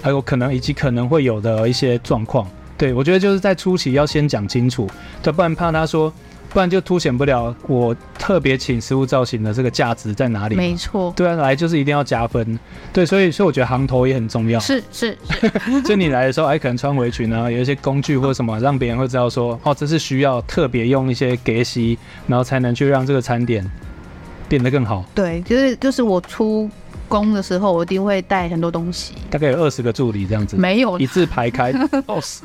还有可能以及可能会有的一些状况。对我觉得就是在初期要先讲清楚，对，不然怕他说，不然就凸显不了我特别请实物造型的这个价值在哪里嘛。
没错，
对啊，来就是一定要加分。对，所以所以我觉得行头也很重要。
是是
[laughs] 就你来的时候，哎，可能穿围裙啊，有一些工具或什么，让别人会知道说，哦，这是需要特别用一些给洗，然后才能去让这个餐点变得更好。
对，就是就是我出工的时候，我一定会带很多东西，
大概有二十个助理这样子，
没有
一字排
[laughs]
开。哦，是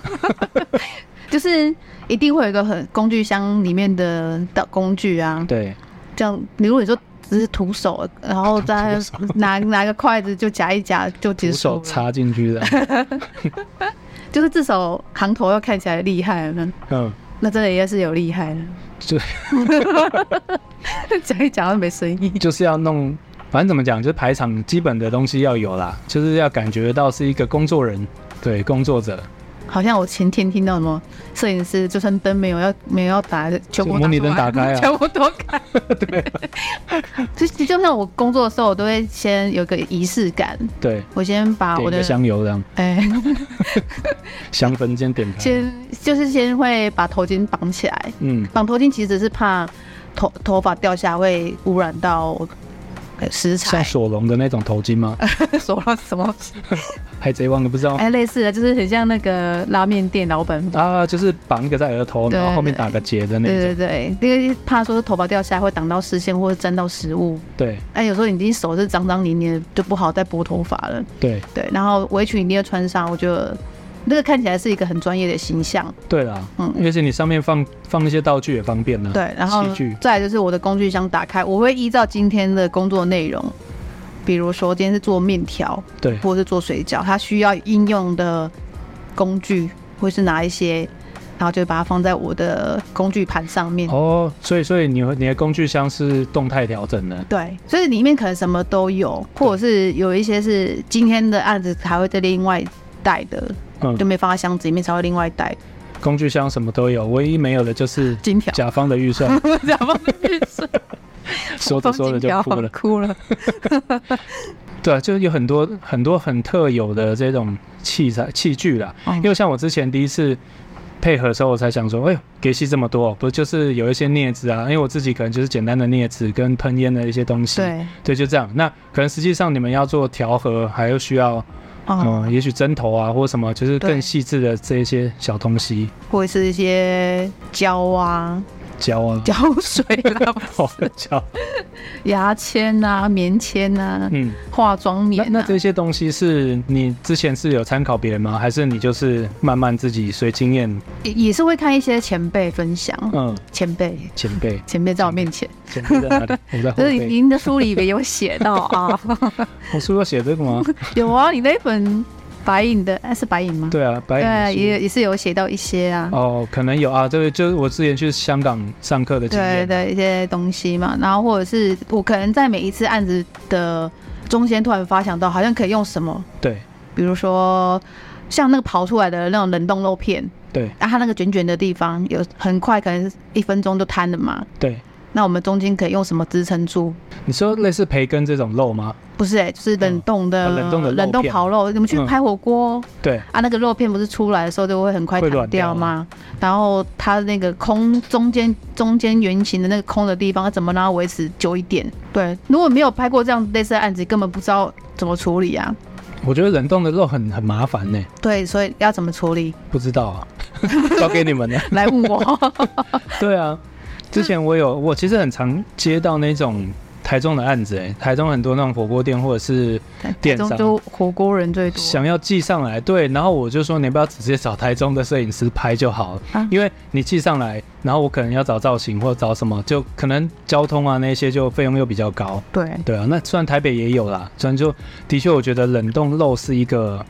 就是一定会有一个很工具箱里面的的工具啊，
[laughs] 对，
这样如果你说只是徒手，然后再拿拿个筷子就夹一夹就结
徒
束
手
了，
插进去的。
[laughs] 就是至少行头要看起来厉害了，
嗯，
那真的也是有厉害了，
就
[laughs] 讲一讲都没声音，
就是要弄，反正怎么讲，就是排场基本的东西要有啦，就是要感觉到是一个工作人，对，工作者。
好像我前天听到什么摄影师就算灯没有要没有要打，全部
模拟灯打
[laughs]
开啊
全部都
[laughs]
开。
就就像我工作的时候，我都会先有个仪式感，
对，
我先把
点
啊我
一
的
个香油这样，
哎、
香氛先点开。
先就是先会把头巾绑起来，
嗯，
绑头巾其实是怕头头发掉下会污染到呃食
像
材，
索隆的那种头巾
[laughs]
吗？
说了 [laughs] 什么？
海贼王的不知道
哎、类似的，就是很像那个拉面店老板，
啊，就是绑一个在额头，
对
然后后面打个结的那
对
种。
对对，因为怕说头发掉下来会挡到视线或者沾到食物，
对
哎、有时候你已经手是脏脏黏黏的，就不好再拨头发了，
对
对，然后围裙一定要穿上，我觉得那个看起来是一个很专业的形象，
对啦，
嗯
而且你上面放放一些道具也方便啊呢。
对，然后
戏剧
再来就是我的工具箱打开，我会依照今天的工作内容，比如说今天是做面条
对
或者是做水饺，它需要应用的工具或是哪一些，然后就把它放在我的工具盘上面。
哦，所以所以你你的工具箱是动态调整的，
对，所以里面可能什么都有，或者是有一些是今天的案子还会再另外带的，
嗯
就，没放在箱子里面才会另外带
工具箱什么都有，唯一没有的就是
金条。
甲方的预
[laughs]
算。
怎么回事？
说着说着就哭了，
哭了。
对啊，就是有很多很多很特有的这种器材器具啦。
嗯
因为像我之前第一次配合的时候，我才想说，哎呦，给戏这么多，不就是有一些镊子啊？因为我自己可能就是简单的镊子跟喷烟的一些东西。，
对，
就这样。那可能实际上你们要做调和，还要需要，嗯、
哦，
也许针头啊，或什么，就是
对
更细致的这一些小东西，
或者是一些胶啊、
胶啊， [laughs]
胶水啦，
好胶，
牙签啊、棉签啊、
嗯。
化妆棉、
那
啊
那这些东西是你之前是有参考别人吗？还是你就是慢慢自己随经验？
也也是会看一些前辈分享，
嗯，
前辈
前辈，
前辈在我面前，
前辈在哪
[laughs]
里？我在后
就是
背。
您的书里面有写到
[laughs]
啊，
我是要写这个吗？
有啊，你那本白影的，哎、是白影吗？
对啊，白
对啊，
眼书
也也是有写到一些啊，
哦，可能有啊，这个就是我之前去香港上课的经
对
验。
对一些东西嘛，然后或者是我可能在每一次案子的中间突然发想到，好像可以用什么，
对
比如说像那个刨出来的那种冷冻肉片，
对
啊，它那个卷卷的地方有很快，可能一分钟就摊了嘛。
对，
那我们中间可以用什么支撑住？
你说类似培根这种肉吗？
不是哎、就是冷冻的、
嗯啊冷冻的肉
冷冻
片
刨肉。你们去
嗯
拍火锅、
对
啊，那个肉片不是出来的时候就会很快
会
弹
软掉
掉吗？然后它那个空中间中间圆形的那个空的地方，要怎么让它维持久一点？对，如果没有拍过这样类似的案子，根本不知道怎么处理啊。
我觉得冷冻的肉很很麻烦呢、
对，所以要怎么处理？
不知道
[laughs]
啊，交给你们了。[laughs]
来问我。
对啊，之前我有我其实很常接到那种。台中的案子、哎，台中很多那种火锅店或者是
台台
电
中
商
就火锅人最多，
想要寄上来，对，然后我就说你要不要直接找台中的摄影师拍就好了，
啊
因为你寄上来，然后我可能要找造型或者找什么，就可能交通啊那些就费用又比较高，
对，
对啊，那虽然台北也有啦，虽然就的确我觉得冷冻肉是一个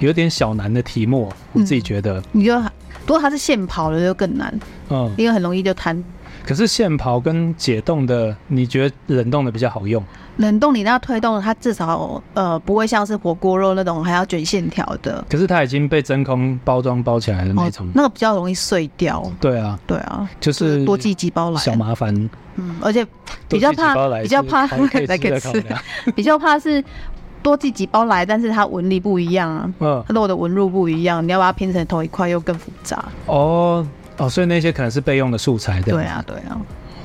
有点小难的题目，我自己
嗯
觉得，
你就如果他是现跑的就更难，
嗯，
因为很容易就摊。
可是现刨跟解冻的，你觉得冷冻的比较好用？
冷冻你那推动，它至少呃不会像是火锅肉那种还要卷线条的，
可是它已经被真空包装包起
哦
来了那种。
那个比较容易碎掉。
对啊，
对啊，
就是
多寄几包来，
小麻烦，
嗯，而且
多
比
寄
较
几包
怕
来
比较怕
是还
[laughs] 来
可以
给
的考
吃，
量
比较怕是多寄几包来，但是它纹理不一样啊，
嗯，
肉的纹路不一样，你要把它拼成同一块又更复杂。
哦哦，所以那些可能是备用的素材，
对
吧？
啊，对啊，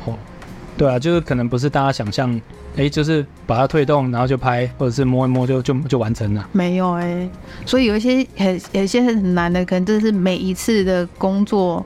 哦对啊，就是可能不是大家想象，哎、就是把它退冻，然后就拍，或者是摸一摸就就就完成了。
没有哎、所以有一些很有一些很难的，可能就是每一次的工作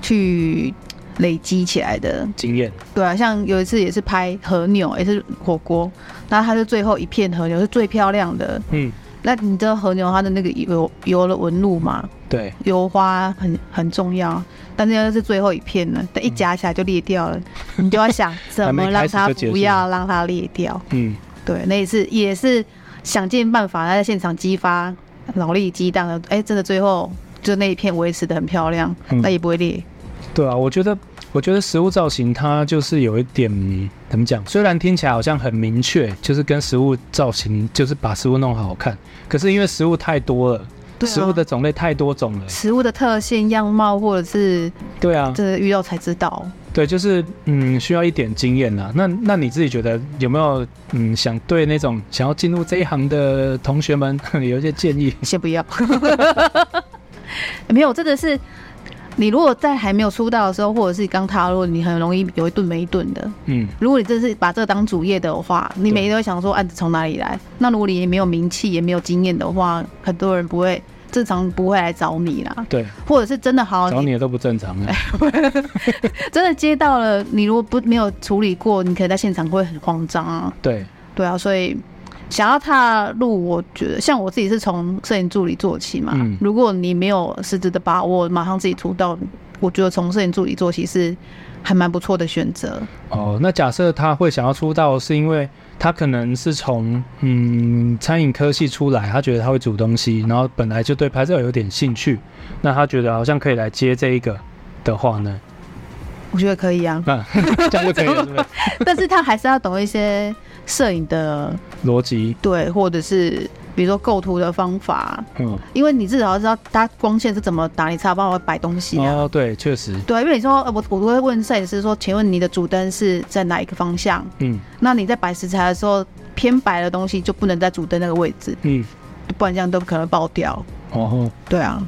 去累积起来的。
经验
对啊，像有一次也是拍和牛，也是火锅，那它是最后一片和牛是最漂亮的。
嗯，
那你知道和牛它的那个油油的纹路吗？
对，
油花很很重要，但是那是最后一片了，但一夹起来就裂掉了，
嗯
你就要
[laughs]
想怎么让它
还没开始就结束
不要让它裂掉。
嗯，
对，那也是也是想尽办法在现场激发脑力激荡的，哎、真的最后就那一片维持的很漂亮，
嗯
那也不会裂。
对啊，我觉得，我觉得食物造型它就是有一点嗯怎么讲？虽然听起来好像很明确，就是跟食物造型，就是把食物弄好看。可是因为食物太多了，
对啊
食物的种类太多种了。
食物的特性、样貌，或者是
对啊，
这遇到才知道。
对，就是嗯，需要一点经验啦。那那你自己觉得有没有嗯，想对那种想要进入这一行的同学们 [laughs] 有一些建议？
先不要。 [laughs] 没有，真的是你如果在还没有出道的时候，或者是刚踏入，你很容易有一顿没一顿的。
嗯，
如果你真是把这个当主业的话，你每天都会想说案子从哪里来。那如果你也没有名气，也没有经验的话，很多人不会正常不会来找你啦，
对，
或者是真的好，
找你的都不正常
[laughs]
了。
真的接到了，你如果不没有处理过，你可能在现场会很慌张啊。
对，
对啊，所以想要踏入，我觉得像我自己是从摄影助理做起嘛。
嗯
如果你没有实质的把握，马上自己出道，我觉得从摄影助理做起是还蛮不错的选择。
哦，那假设他会想要出道，是因为他可能是从嗯餐饮科系出来，他觉得他会煮东西，然后本来就对拍照有点兴趣，那他觉得好像可以来接这一个的话呢，，
我觉得可以啊
[laughs] 那这样就可以了，是不是？
但是他还是要懂一些摄影的
逻辑，
对，或者是比如说构图的方法，
嗯，
因为你至少要知道它光线是怎么打，你才有办法摆东西啊。
哦，对，确实，
对啊，因为你说，呃我我都会问摄影师说，请问你的主灯是在哪一个方向？
嗯
那你在摆食材的时候，偏白的东西就不能在主灯那个位置，
嗯，
不然这样都可能爆掉。
哦。
对啊，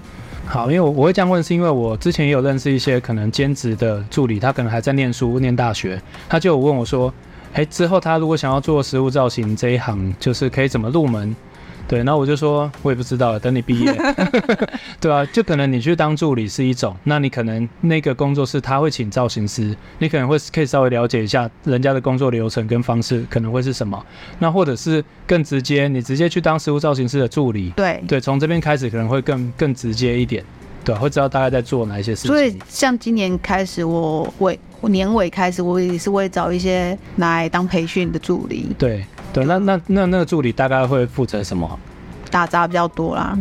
好，因为我我会这样问，是因为我之前也有认识一些可能兼职的助理，他可能还在念书、念大学，他就有问我说，哎，之后他如果想要做食物造型这一行，就是可以怎么入门？对，然后我就说，我也不知道，等你毕业，对啊，就可能你去当助理是一种，那你可能那个工作室他会请造型师，你可能会可以稍微了解一下人家的工作流程跟方式可能会是什么，那或者是更直接，你直接去当食物造型师的助理，
对。
对，从这边开始可能会更更直接一点，对，会知道大概在做哪一些事情。
所以像今年开始我，尾我年尾开始，我也是会找一些拿来当培训的助理，
对对，那那那那个助理大概会负责什么？
打杂比较多啦，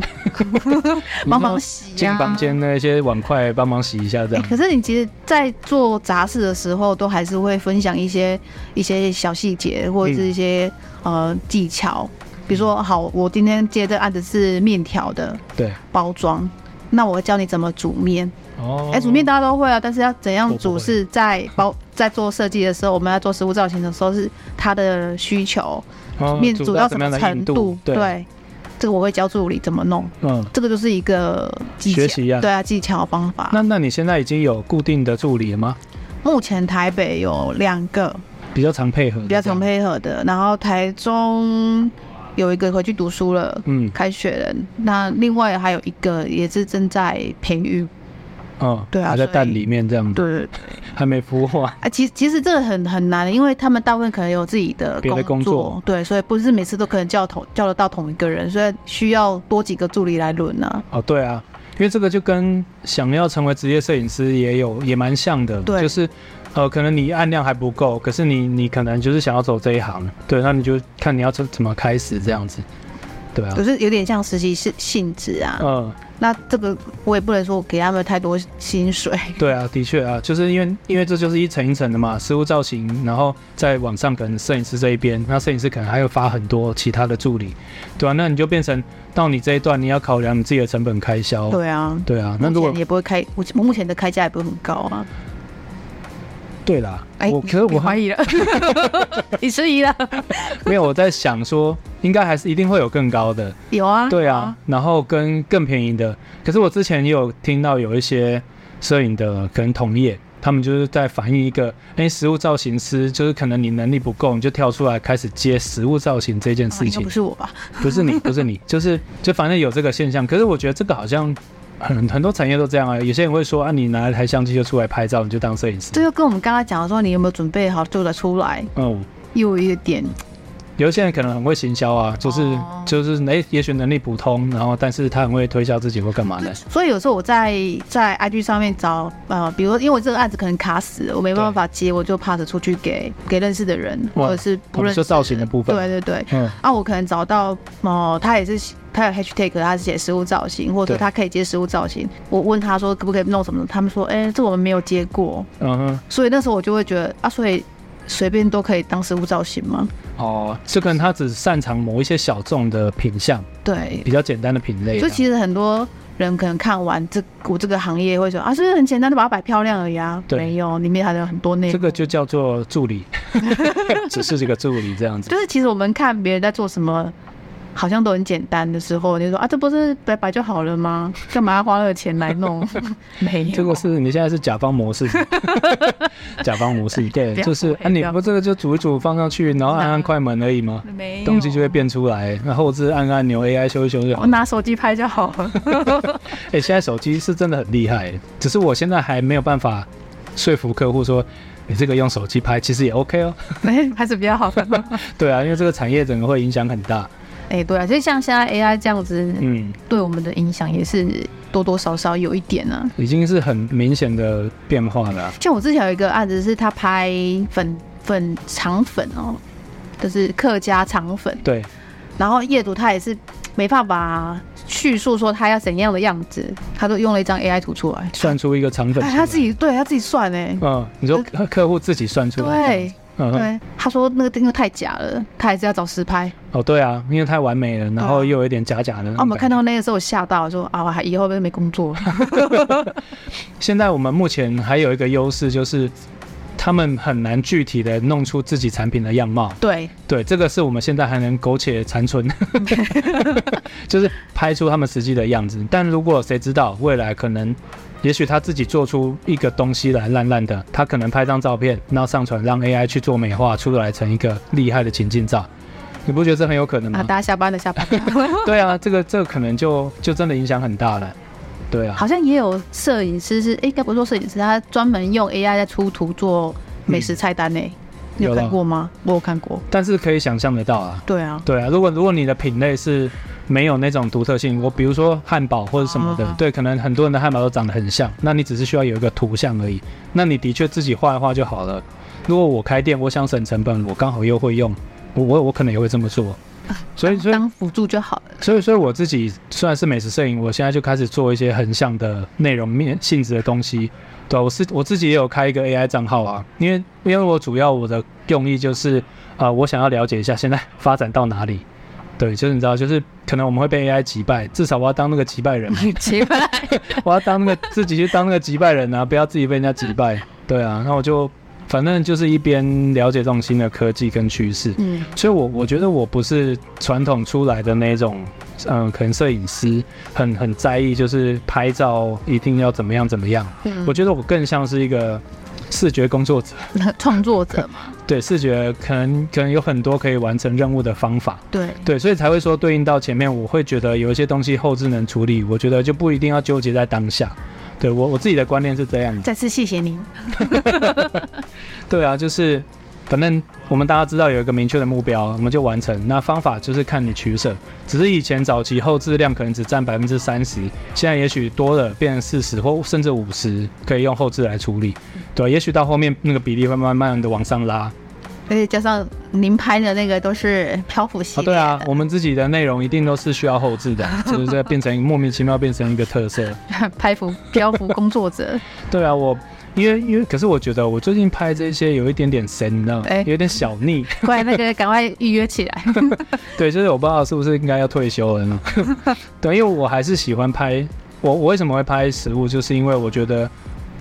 帮忙洗
进
呀、
房间那些碗筷帮忙洗一下这
哎
样。
可是你其实，在做杂事的时候，都还是会分享一些一些小细节，或者是一些、呃技巧。比如说，好，我今天接的案子是面条的，
对，
包装。那我教你怎么煮面。
哦
[laughs]
哦
哎、煮面大家都会啊，但是要怎样
我不
煮
会
是在包在做设计的时候，我们要做食物造型的时候是它的需求，
哦
面
煮
煮到什
怎么样
么
的硬
程度？
对，
对，这个我会教助理怎么弄，
嗯，
这个就是一个技
学
巧，
习呀
对啊，技巧方法。
那那你现在已经有固定的助理了吗？
目前台北有两个
比较常配合，
比较常。配合
嗯
的，然后台中有一个回去读书了，
嗯，
开学了。那另外还有一个也是正在培育，
嗯，
对啊
还在
所以
蛋里面这样子，
对对对
还没孵化，
啊，其实其实这个很很难的，因为他们大部分可能有自己的
别的工作
对，所以不是每次都可能叫同叫得到同一个人，所以需要多几个助理来轮啊。
哦，对啊，因为这个就跟想要成为职业摄影师也有也蛮像的，
对
就是呃，可能你按量还不够，可是你你可能就是想要走这一行，对，那你就看你要怎怎么开始这样子，对啊
可，是有点像实习性性质啊。
嗯，
那这个我也不能说我给他们太多薪水，
对啊，的确啊，就是因为因为这就是一层一层的嘛，实物造型，然后再往上可能摄影师这一边，那摄影师可能还有发很多其他的助理，对啊，那你就变成到你这一段你要考量你自己的成本开销，
[laughs] 对啊。
对啊，那如
目
果
前也不会开，我我目前的开价也不会很高啊。
对啦，
哎
我可是
你
我还
怀疑
[laughs]
了，你迟疑了，
[laughs]
没有我在想说，应该还是一定会有更高的，
有啊，
对啊，然后跟更便宜的。可是我之前也有听到有一些摄影的可能同业，他们就是在反映一个，哎、实物造型师就是可能你能力不够，你就跳出来开始接实物造型这件
啊
事
应该
情
不，是我吧？
不是你，不 [laughs] 是你，就是就反正有这个现象。可是我觉得这个好像很很多产业都这样啊，有些人会说啊，你拿一台相机就出来拍照，你就当摄影师
这。就跟我们刚刚讲的说，你有没有准备好做得出来，
嗯，
又有一点
有一些人可能很会行销啊，就是、
哦
就是哎、也许能力普通，然后但是他很会推销自己或干嘛的。
所以有时候我在在 IG 上面找呃，比如说因为我这个案子可能卡死了，我没办法接，我就 pass 出去给给认识的人，
哇
或者是不
哦
认
你
识
说造型的部分
对对对，
嗯，
啊，我可能找到哦、他也是他有 hashtag，他是写食物造型，或者
对
说他可以接食物造型。我问他说可不可以弄什么，他们说哎、这我们没有接过，
嗯哼，
所以那时候我就会觉得啊，所以随便都可以当食物造型吗？
哦，就可能他只擅长某一些小众的品相，
对，
比较简单的品类。
就其
实，
实很多人可能看完这我这个行业会说啊，是不是很简单的把它摆漂亮而已啊？
对
没有，里面还有很多内容。
这个就叫做助
[laughs]
理，只是这个助理这样子
就。是其实我们看别人在做什么，好像都很简单的时候，你就说啊，这不是摆摆就好了吗？干嘛要花那个钱来
[laughs]
弄？没有，
这个是你现在是甲方
[laughs]
模式，甲方模式对，
不要
就
不
是啊，
要嗯
你不这个就煮一煮放上去，然后按按快门而已吗？
没有
东西就会，变出来，然后是按按钮 AI 修一修就好
我。拿手机拍就好
[laughs]
了。
哎、现在手机是真的很厉害，只是我现在还没有办法说服客户说，你、这个用手机拍其实也 OK 哦。 [laughs]
哎，还是比较好的。
对啊，因为这个产业整个会影响很大。
哎，对啊，就像现在 AI 这样子，
嗯，
对我们的影响也是多多少少有一点啊。
已经是很明显的变化了啊、
像我之前有一个案子是他拍粉粉肠粉哦，就是客家肠粉，
对，
然后业主他也是没办法叙述说他要怎样的样子，他都用了一张 AI 图出来，
算出一个肠粉出来。
哎，他自己对他自己算哎、
嗯，你说客客户自己算出来。
对
嗯，嗯，
对，他说那个因为太假了，他还是要找实拍。
哦，对啊，因为太完美了，然后
对啊
又有一点假假的。
啊，我们看。到那个时候我吓到，说啊，我还以后会不会没工
[laughs]
作？
现在我们目前还有一个优势就是。他们很难具体的弄出自己产品的样貌，
对，
对，这个是我们现在还能苟且残存， [laughs] 就是拍出他们实际的样子。但如果谁知道未来可能，也许他自己做出一个东西来烂烂的，他可能拍张照片，然后上传让 AI 去做美化，出来成一个厉害的情境照，你不觉得这很有可能
啊，
吗？
大家下班了下班了。
对啊，这个这个可能就就真的影响很大了。对啊，
好像也有摄影师是，哎应该不是说摄影师，他专门用 AI 在出图做美食菜单呢、你
嗯
有
有啦
看过吗？我有看过。
但是可以想象得到啊。
对啊，
对啊，如果如果你的品类是没有那种独特性，我比如说汉堡或者什么的，
啊
对，可能很多人的汉堡都长得很像，那你只是需要有一个图像而已，那你的确自己画一画就好了。如果我开店，我想省成本，我刚好又会用，我我我可能也会这么做。所以所以
当辅助就好了。
所以所以我自己虽然是美食摄影，我现在就开始做一些横向的内容面性质的东西。对啊、我是我自己也有开一个 AI 账号啊，因为因为我主要我的用意就是，呃，我想要了解一下现在发展到哪里。对，就是你知道，就是可能我们会被 AI 击败，至少我要当那个击败人嘛， [laughs]
奇怪，
我要当那个自己去当那个击败人啊，不要自己被人家击败。对啊，那我就反正就是一边了解这种新的科技跟趋势，
嗯，
所以我，我觉得我不是传统出来的那种，嗯、可能摄影师很很在意，就是拍照一定要怎么样怎么样。
嗯
我觉得我更像是一个视觉工作者，
[laughs] 创作者嘛，
对视觉可能可能有很多可以完成任务的方法，
对，
对，所以才会说对应到前面，我会觉得有一些东西后置能处理，我觉得就不一定要纠结在当下。对我我自己的观念是这样子。
再次谢谢您。
对啊，就是反正我们大家知道有一个明确的目标，我们就完成。那方法就是看你取舍，只是以前早期后质量可能只占百分之三十，现在也许多了变成四十或甚至五十，可以用后置来处理。对，也许到后面那个比例会慢慢的往上拉。
而且加上您拍的那个都是漂浮系
啊，
列
对
的、
啊，我们自己的内容一定都是需要后置的，就是这变成莫名其妙变成一个特色。
[laughs] 拍浮漂浮工
[laughs]
作者，
对啊，我因为因为可是我觉得我最近拍这些有一点点神，你知道吗？
哎
有一点小腻。
快那个赶快预约起来。
对，就是我不知道是不是应该要退休了呢？ [laughs] 对，因为我还是喜欢拍。我我为什么会拍食物，就是因为我觉得，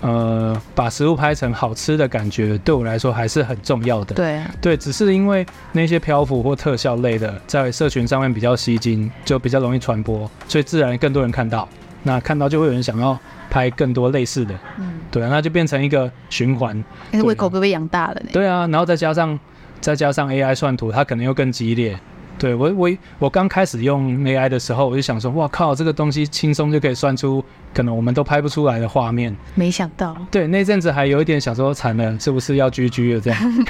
呃，把食物拍成好吃的感觉，对我来说还是很重要的。
对啊，
[laughs] 对，只是因为那些漂浮或特效类的，在社群上面比较吸睛，就比较容易传播，所以自然更多人看到。那看到就会有人想要拍更多类似的，
嗯，
对啊，那就变成一个循环。
但是胃口被养大了呢。
对啊，然后再加上再加上 AI 算图，它可能又更激烈。对我我我刚开始用 AI 的时候，我就想说，哇靠，这个东西轻松就可以算出可能我们都拍不出来的画面。
没
[laughs]
想到，
对，那阵子还有一点想说，惨了，是不是要 GG 了这样？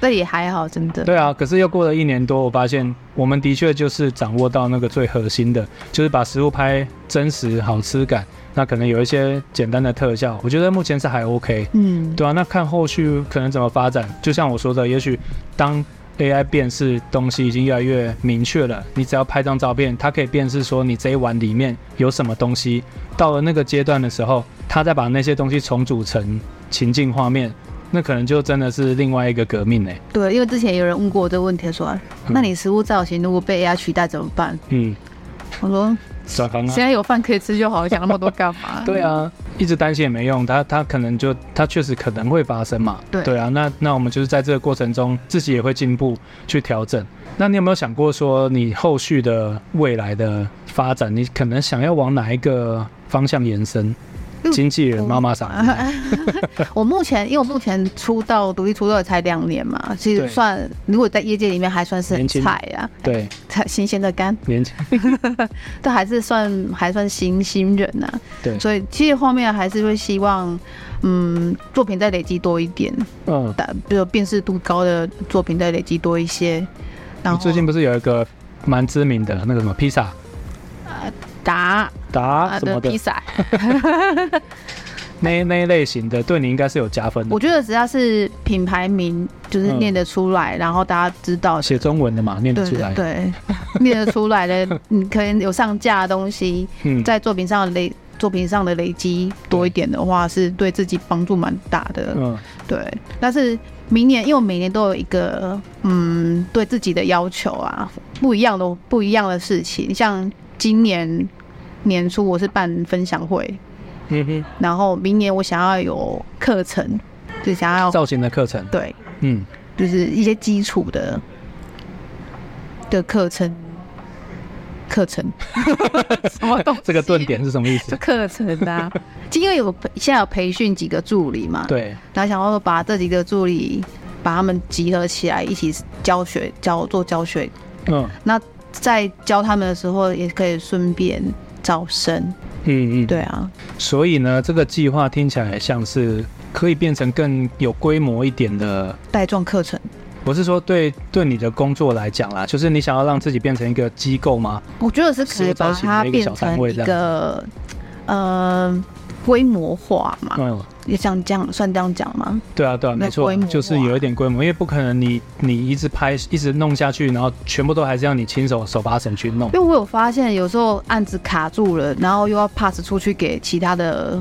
这也还好，真的。
对啊，可是又过了一年多，我发现我们的确就是掌握到那个最核心的，就是把食物拍真实好吃感。那可能有一些简单的特效，我觉得目前是还 OK。
嗯，
对啊，那看后续可能怎么发展。就像我说的，也许当 AI 辨识东西已经越来越明确了，你只要拍张照片，它可以辨识说你这一碗里面有什么东西。到了那个阶段的时候，它再把那些东西重组成情境画面，那可能就真的是另外一个革命嘞、
对，因为之前有人问过我这个问题，说，那你食物造型如果被 AI 取代怎么办？
嗯，
我说
转行啊
现。在有饭可以吃就好，想那么多干嘛？
[laughs] 对啊，一直担心也没用，它它可能就它确实可能会发生嘛。
对
啊，那那我们就是在这个过程中自己也会进步去调整。那你有没有想过说你后续的未来的发展，你可能想要往哪一个方向延伸？
嗯哦
经纪人
我
妈妈嗓音吗，
我目前因为我目前出道独立出道才两年嘛，其
对
实算如果在业界里面还算是
年
很
轻
菜啊，
对，
才新鲜的肝，
年轻，
但还是算还算新新人呐、
对
所以其实后面还是会希望，嗯，作品再累积多一点，
嗯。
打比如辨识度高的作品再累积多一些。然
你
后
最近不是有一个蛮知名的那个什么披萨
答
达
啊
什么
披
的
萨，
那那一类型的，对你应该是有加分的
我。觉得只要是品牌名就是念得出来，然后大家知道，
嗯写中文的嘛，念得
对
出来
对，对， [laughs] 念得出来的，你可能有上架的东西，
嗯，
在作品上的累作品上的累积多一点的话，是对自己帮助蛮大的。
嗯，
对，但是明年，因为我每年都有一个嗯对自己的要求啊，不一样的不一样的事情。像今年年初我是办分享会，
嗯哼，
然后明年我想要有课程，就想要
造型的课程，
对，
嗯，
就是一些基础的的课程课程，什么东西
这个顿点是什么意思
这？ [laughs] 课程 [laughs] 啊，就因为有培现在有培训几个助理嘛，
对，
然后想要把这几个助理把他们集合起来一起教学教做教学，
嗯
在教他们的时候也可以顺便招生，
嗯嗯，。
对啊，
所以呢，这个计划听起来像是可以变成更有规模一点的。
带状课程。
我是说对，对你的工作来讲啦，就是你想要让自己变成一个机构吗？
我觉得是可以把它变成一个呃规模化嘛，
嗯，
也像这样算这样讲吗？
对啊，对啊，
啊那
没错
规，模化
就是有一点规模，因为不可能你你一直拍一直弄下去，然后全部都还是要你亲手手把手去弄。
因为我有发现有时候案子卡住了，然后又要 pass 出去给其他的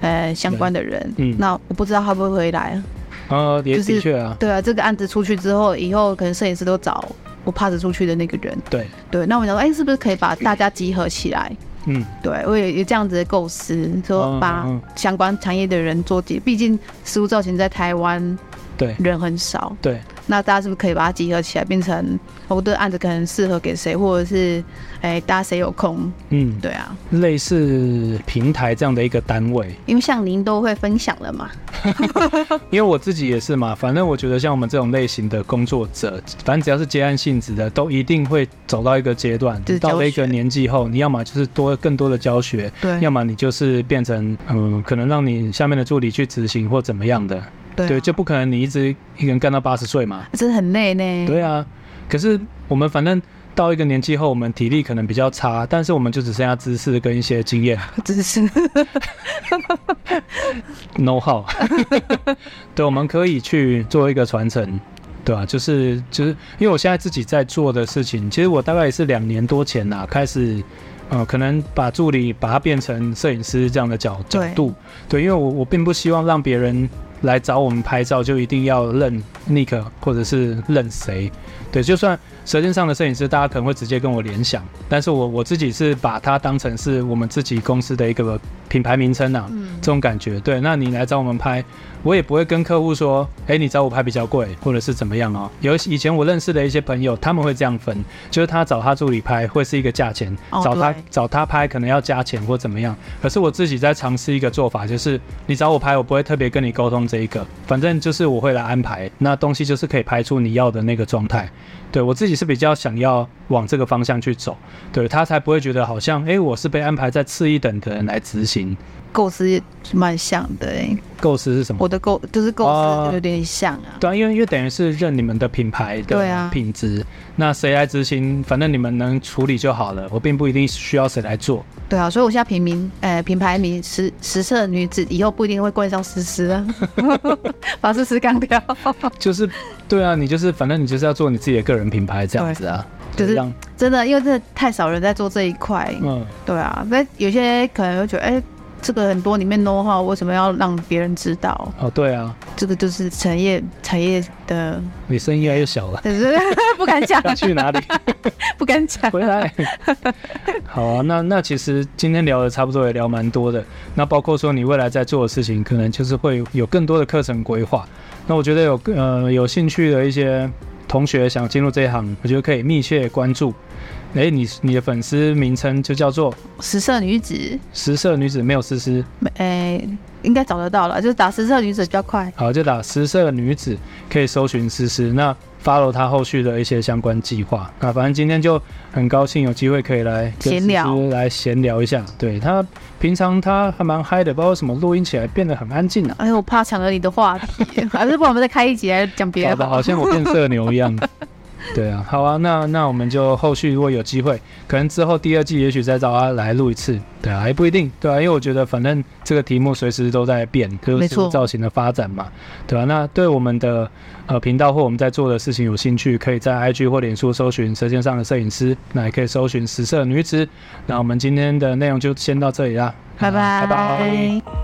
呃相关的人，
嗯
那我不知道他会不会回来。
呃，也
就是
的确啊，
对啊，这个案子出去之后，以后可能摄影师都找我 pass 出去的那个人。
对，
对，那我想说，哎、是不是可以把大家集合起来？
嗯，
对我也有这样子的构思，
嗯
说把
嗯
相关产业的人做集，毕竟食物造型在台湾
对
人很少，
对，
那大家是不是可以把它集合起来，变成我的案子可能适合给谁，或者是哎、大家谁有空？
嗯，
对啊，
类似平台这样的一个单位，
因为像您都会分享了嘛，
因为我自己也是嘛，反正我觉得像我们这种类型的工作者，反正只要是接案性质的，都一定会走到一个阶段
就是，教
到了一个
学
年纪后，你要么就是多更多的教学，
对
要么你就是变成嗯，可能让你下面的助理去执行或怎么样的，
对啊
对，就不可能你一直一个人干到八十岁嘛，
真的很累呢。
对啊。可是我们反正到一个年纪后，我们体力可能比较差，但是我们就只剩下知识跟一些经验
只是
know how，对，我们可以去做一个传承。对啊，就是就是，因为我现在自己在做的事情，其实我大概也是两年多前呐、开始，呃，可能把助理把它变成摄影师这样的角角
对
度，对，因为我我并不希望让别人来找我们拍照就一定要认 Nick 或者是认谁，对，就算《舌尖上的摄影师》，大家可能会直接跟我联想，但是我我自己是把它当成是我们自己公司的一个品牌名称啊，
嗯
这种感觉。对，那你来找我们拍，我也不会跟客户说，哎、你找我拍比较贵，或者是怎么样哦。有以前我认识的一些朋友，他们会这样分，就是他找他助理拍会是一个价钱，
哦
找他
对
找他拍可能要加钱或怎么样。可是我自己在尝试一个做法，就是你找我拍，我不会特别跟你沟通这一个，反正就是我会来安排，那东西就是可以拍出你要的那个状态。对我自己是比较想要往这个方向去走，对他才不会觉得好像，哎、我是被安排在次一等的人来执行。
构思也蛮像的哎，
构思是什么？
我的构就是构
哦
思有点像啊。
对啊，因为因为等于是认你们的品牌
对
的
啊
品质，那谁来执行，反正你们能处理就好了，我并不一定需要谁来做。
对啊，所以我现在平民，呃，品牌名十十色女子，以后不一定会冠上思思
[laughs]
了，把思思干掉，
就是，对啊，你就是反正你就是要做你自己的个人品牌这样子啊，
对
这样，
真的，因为真的太少人在做这一块。
嗯，
对啊，那有些可能会觉得，哎、这个很多里面 know how 为什么要让别人知道？
哦，对啊，
这个就是产业产业的，，
你声音越来越小了
[laughs] 但是不敢讲，
要去哪里？
不敢讲。
[laughs] 回来。好啊，那那其实今天聊的差不多也聊蛮多的，那包括说你未来在做的事情，可能就是会有更多的课程规划。那我觉得有呃有兴趣的一些同学想进入这一行，我觉得可以密切关注。诶，你你的粉丝名称就叫做
十色女子，
“十色女子”，没有思思，
没哎、应该找得到了，就是打十色女子比较快。
好，就打“十色女子”可以搜寻思思。那 follow 她后续的一些相关计划。那反正今天就很高兴有机会可以来跟
闲聊
思思来闲聊一下。对她平常她还蛮嗨的，不知道为什么录音起来变得很安静啊，
哎呦，我怕抢了你的话题，还是不然我们再开一集来讲别
搞
的
得
好了。
好像我变色牛一
[laughs]
样。对啊，好啊，那那我们就后续如果有机会，可能之后第二季也许再找她来录一次，对啊，也不一定，对啊，因为我觉得反正这个题目随时都在变，就
没
是
错
造型的发展嘛，对啊，那对我们的呃频道或我们在做的事情有兴趣，可以在 IG 或脸书搜寻“舌尖上的摄影师”，那也可以搜寻“十色女子”。那我们今天的内容就先到这里啦，
拜
啊拜拜。
拜。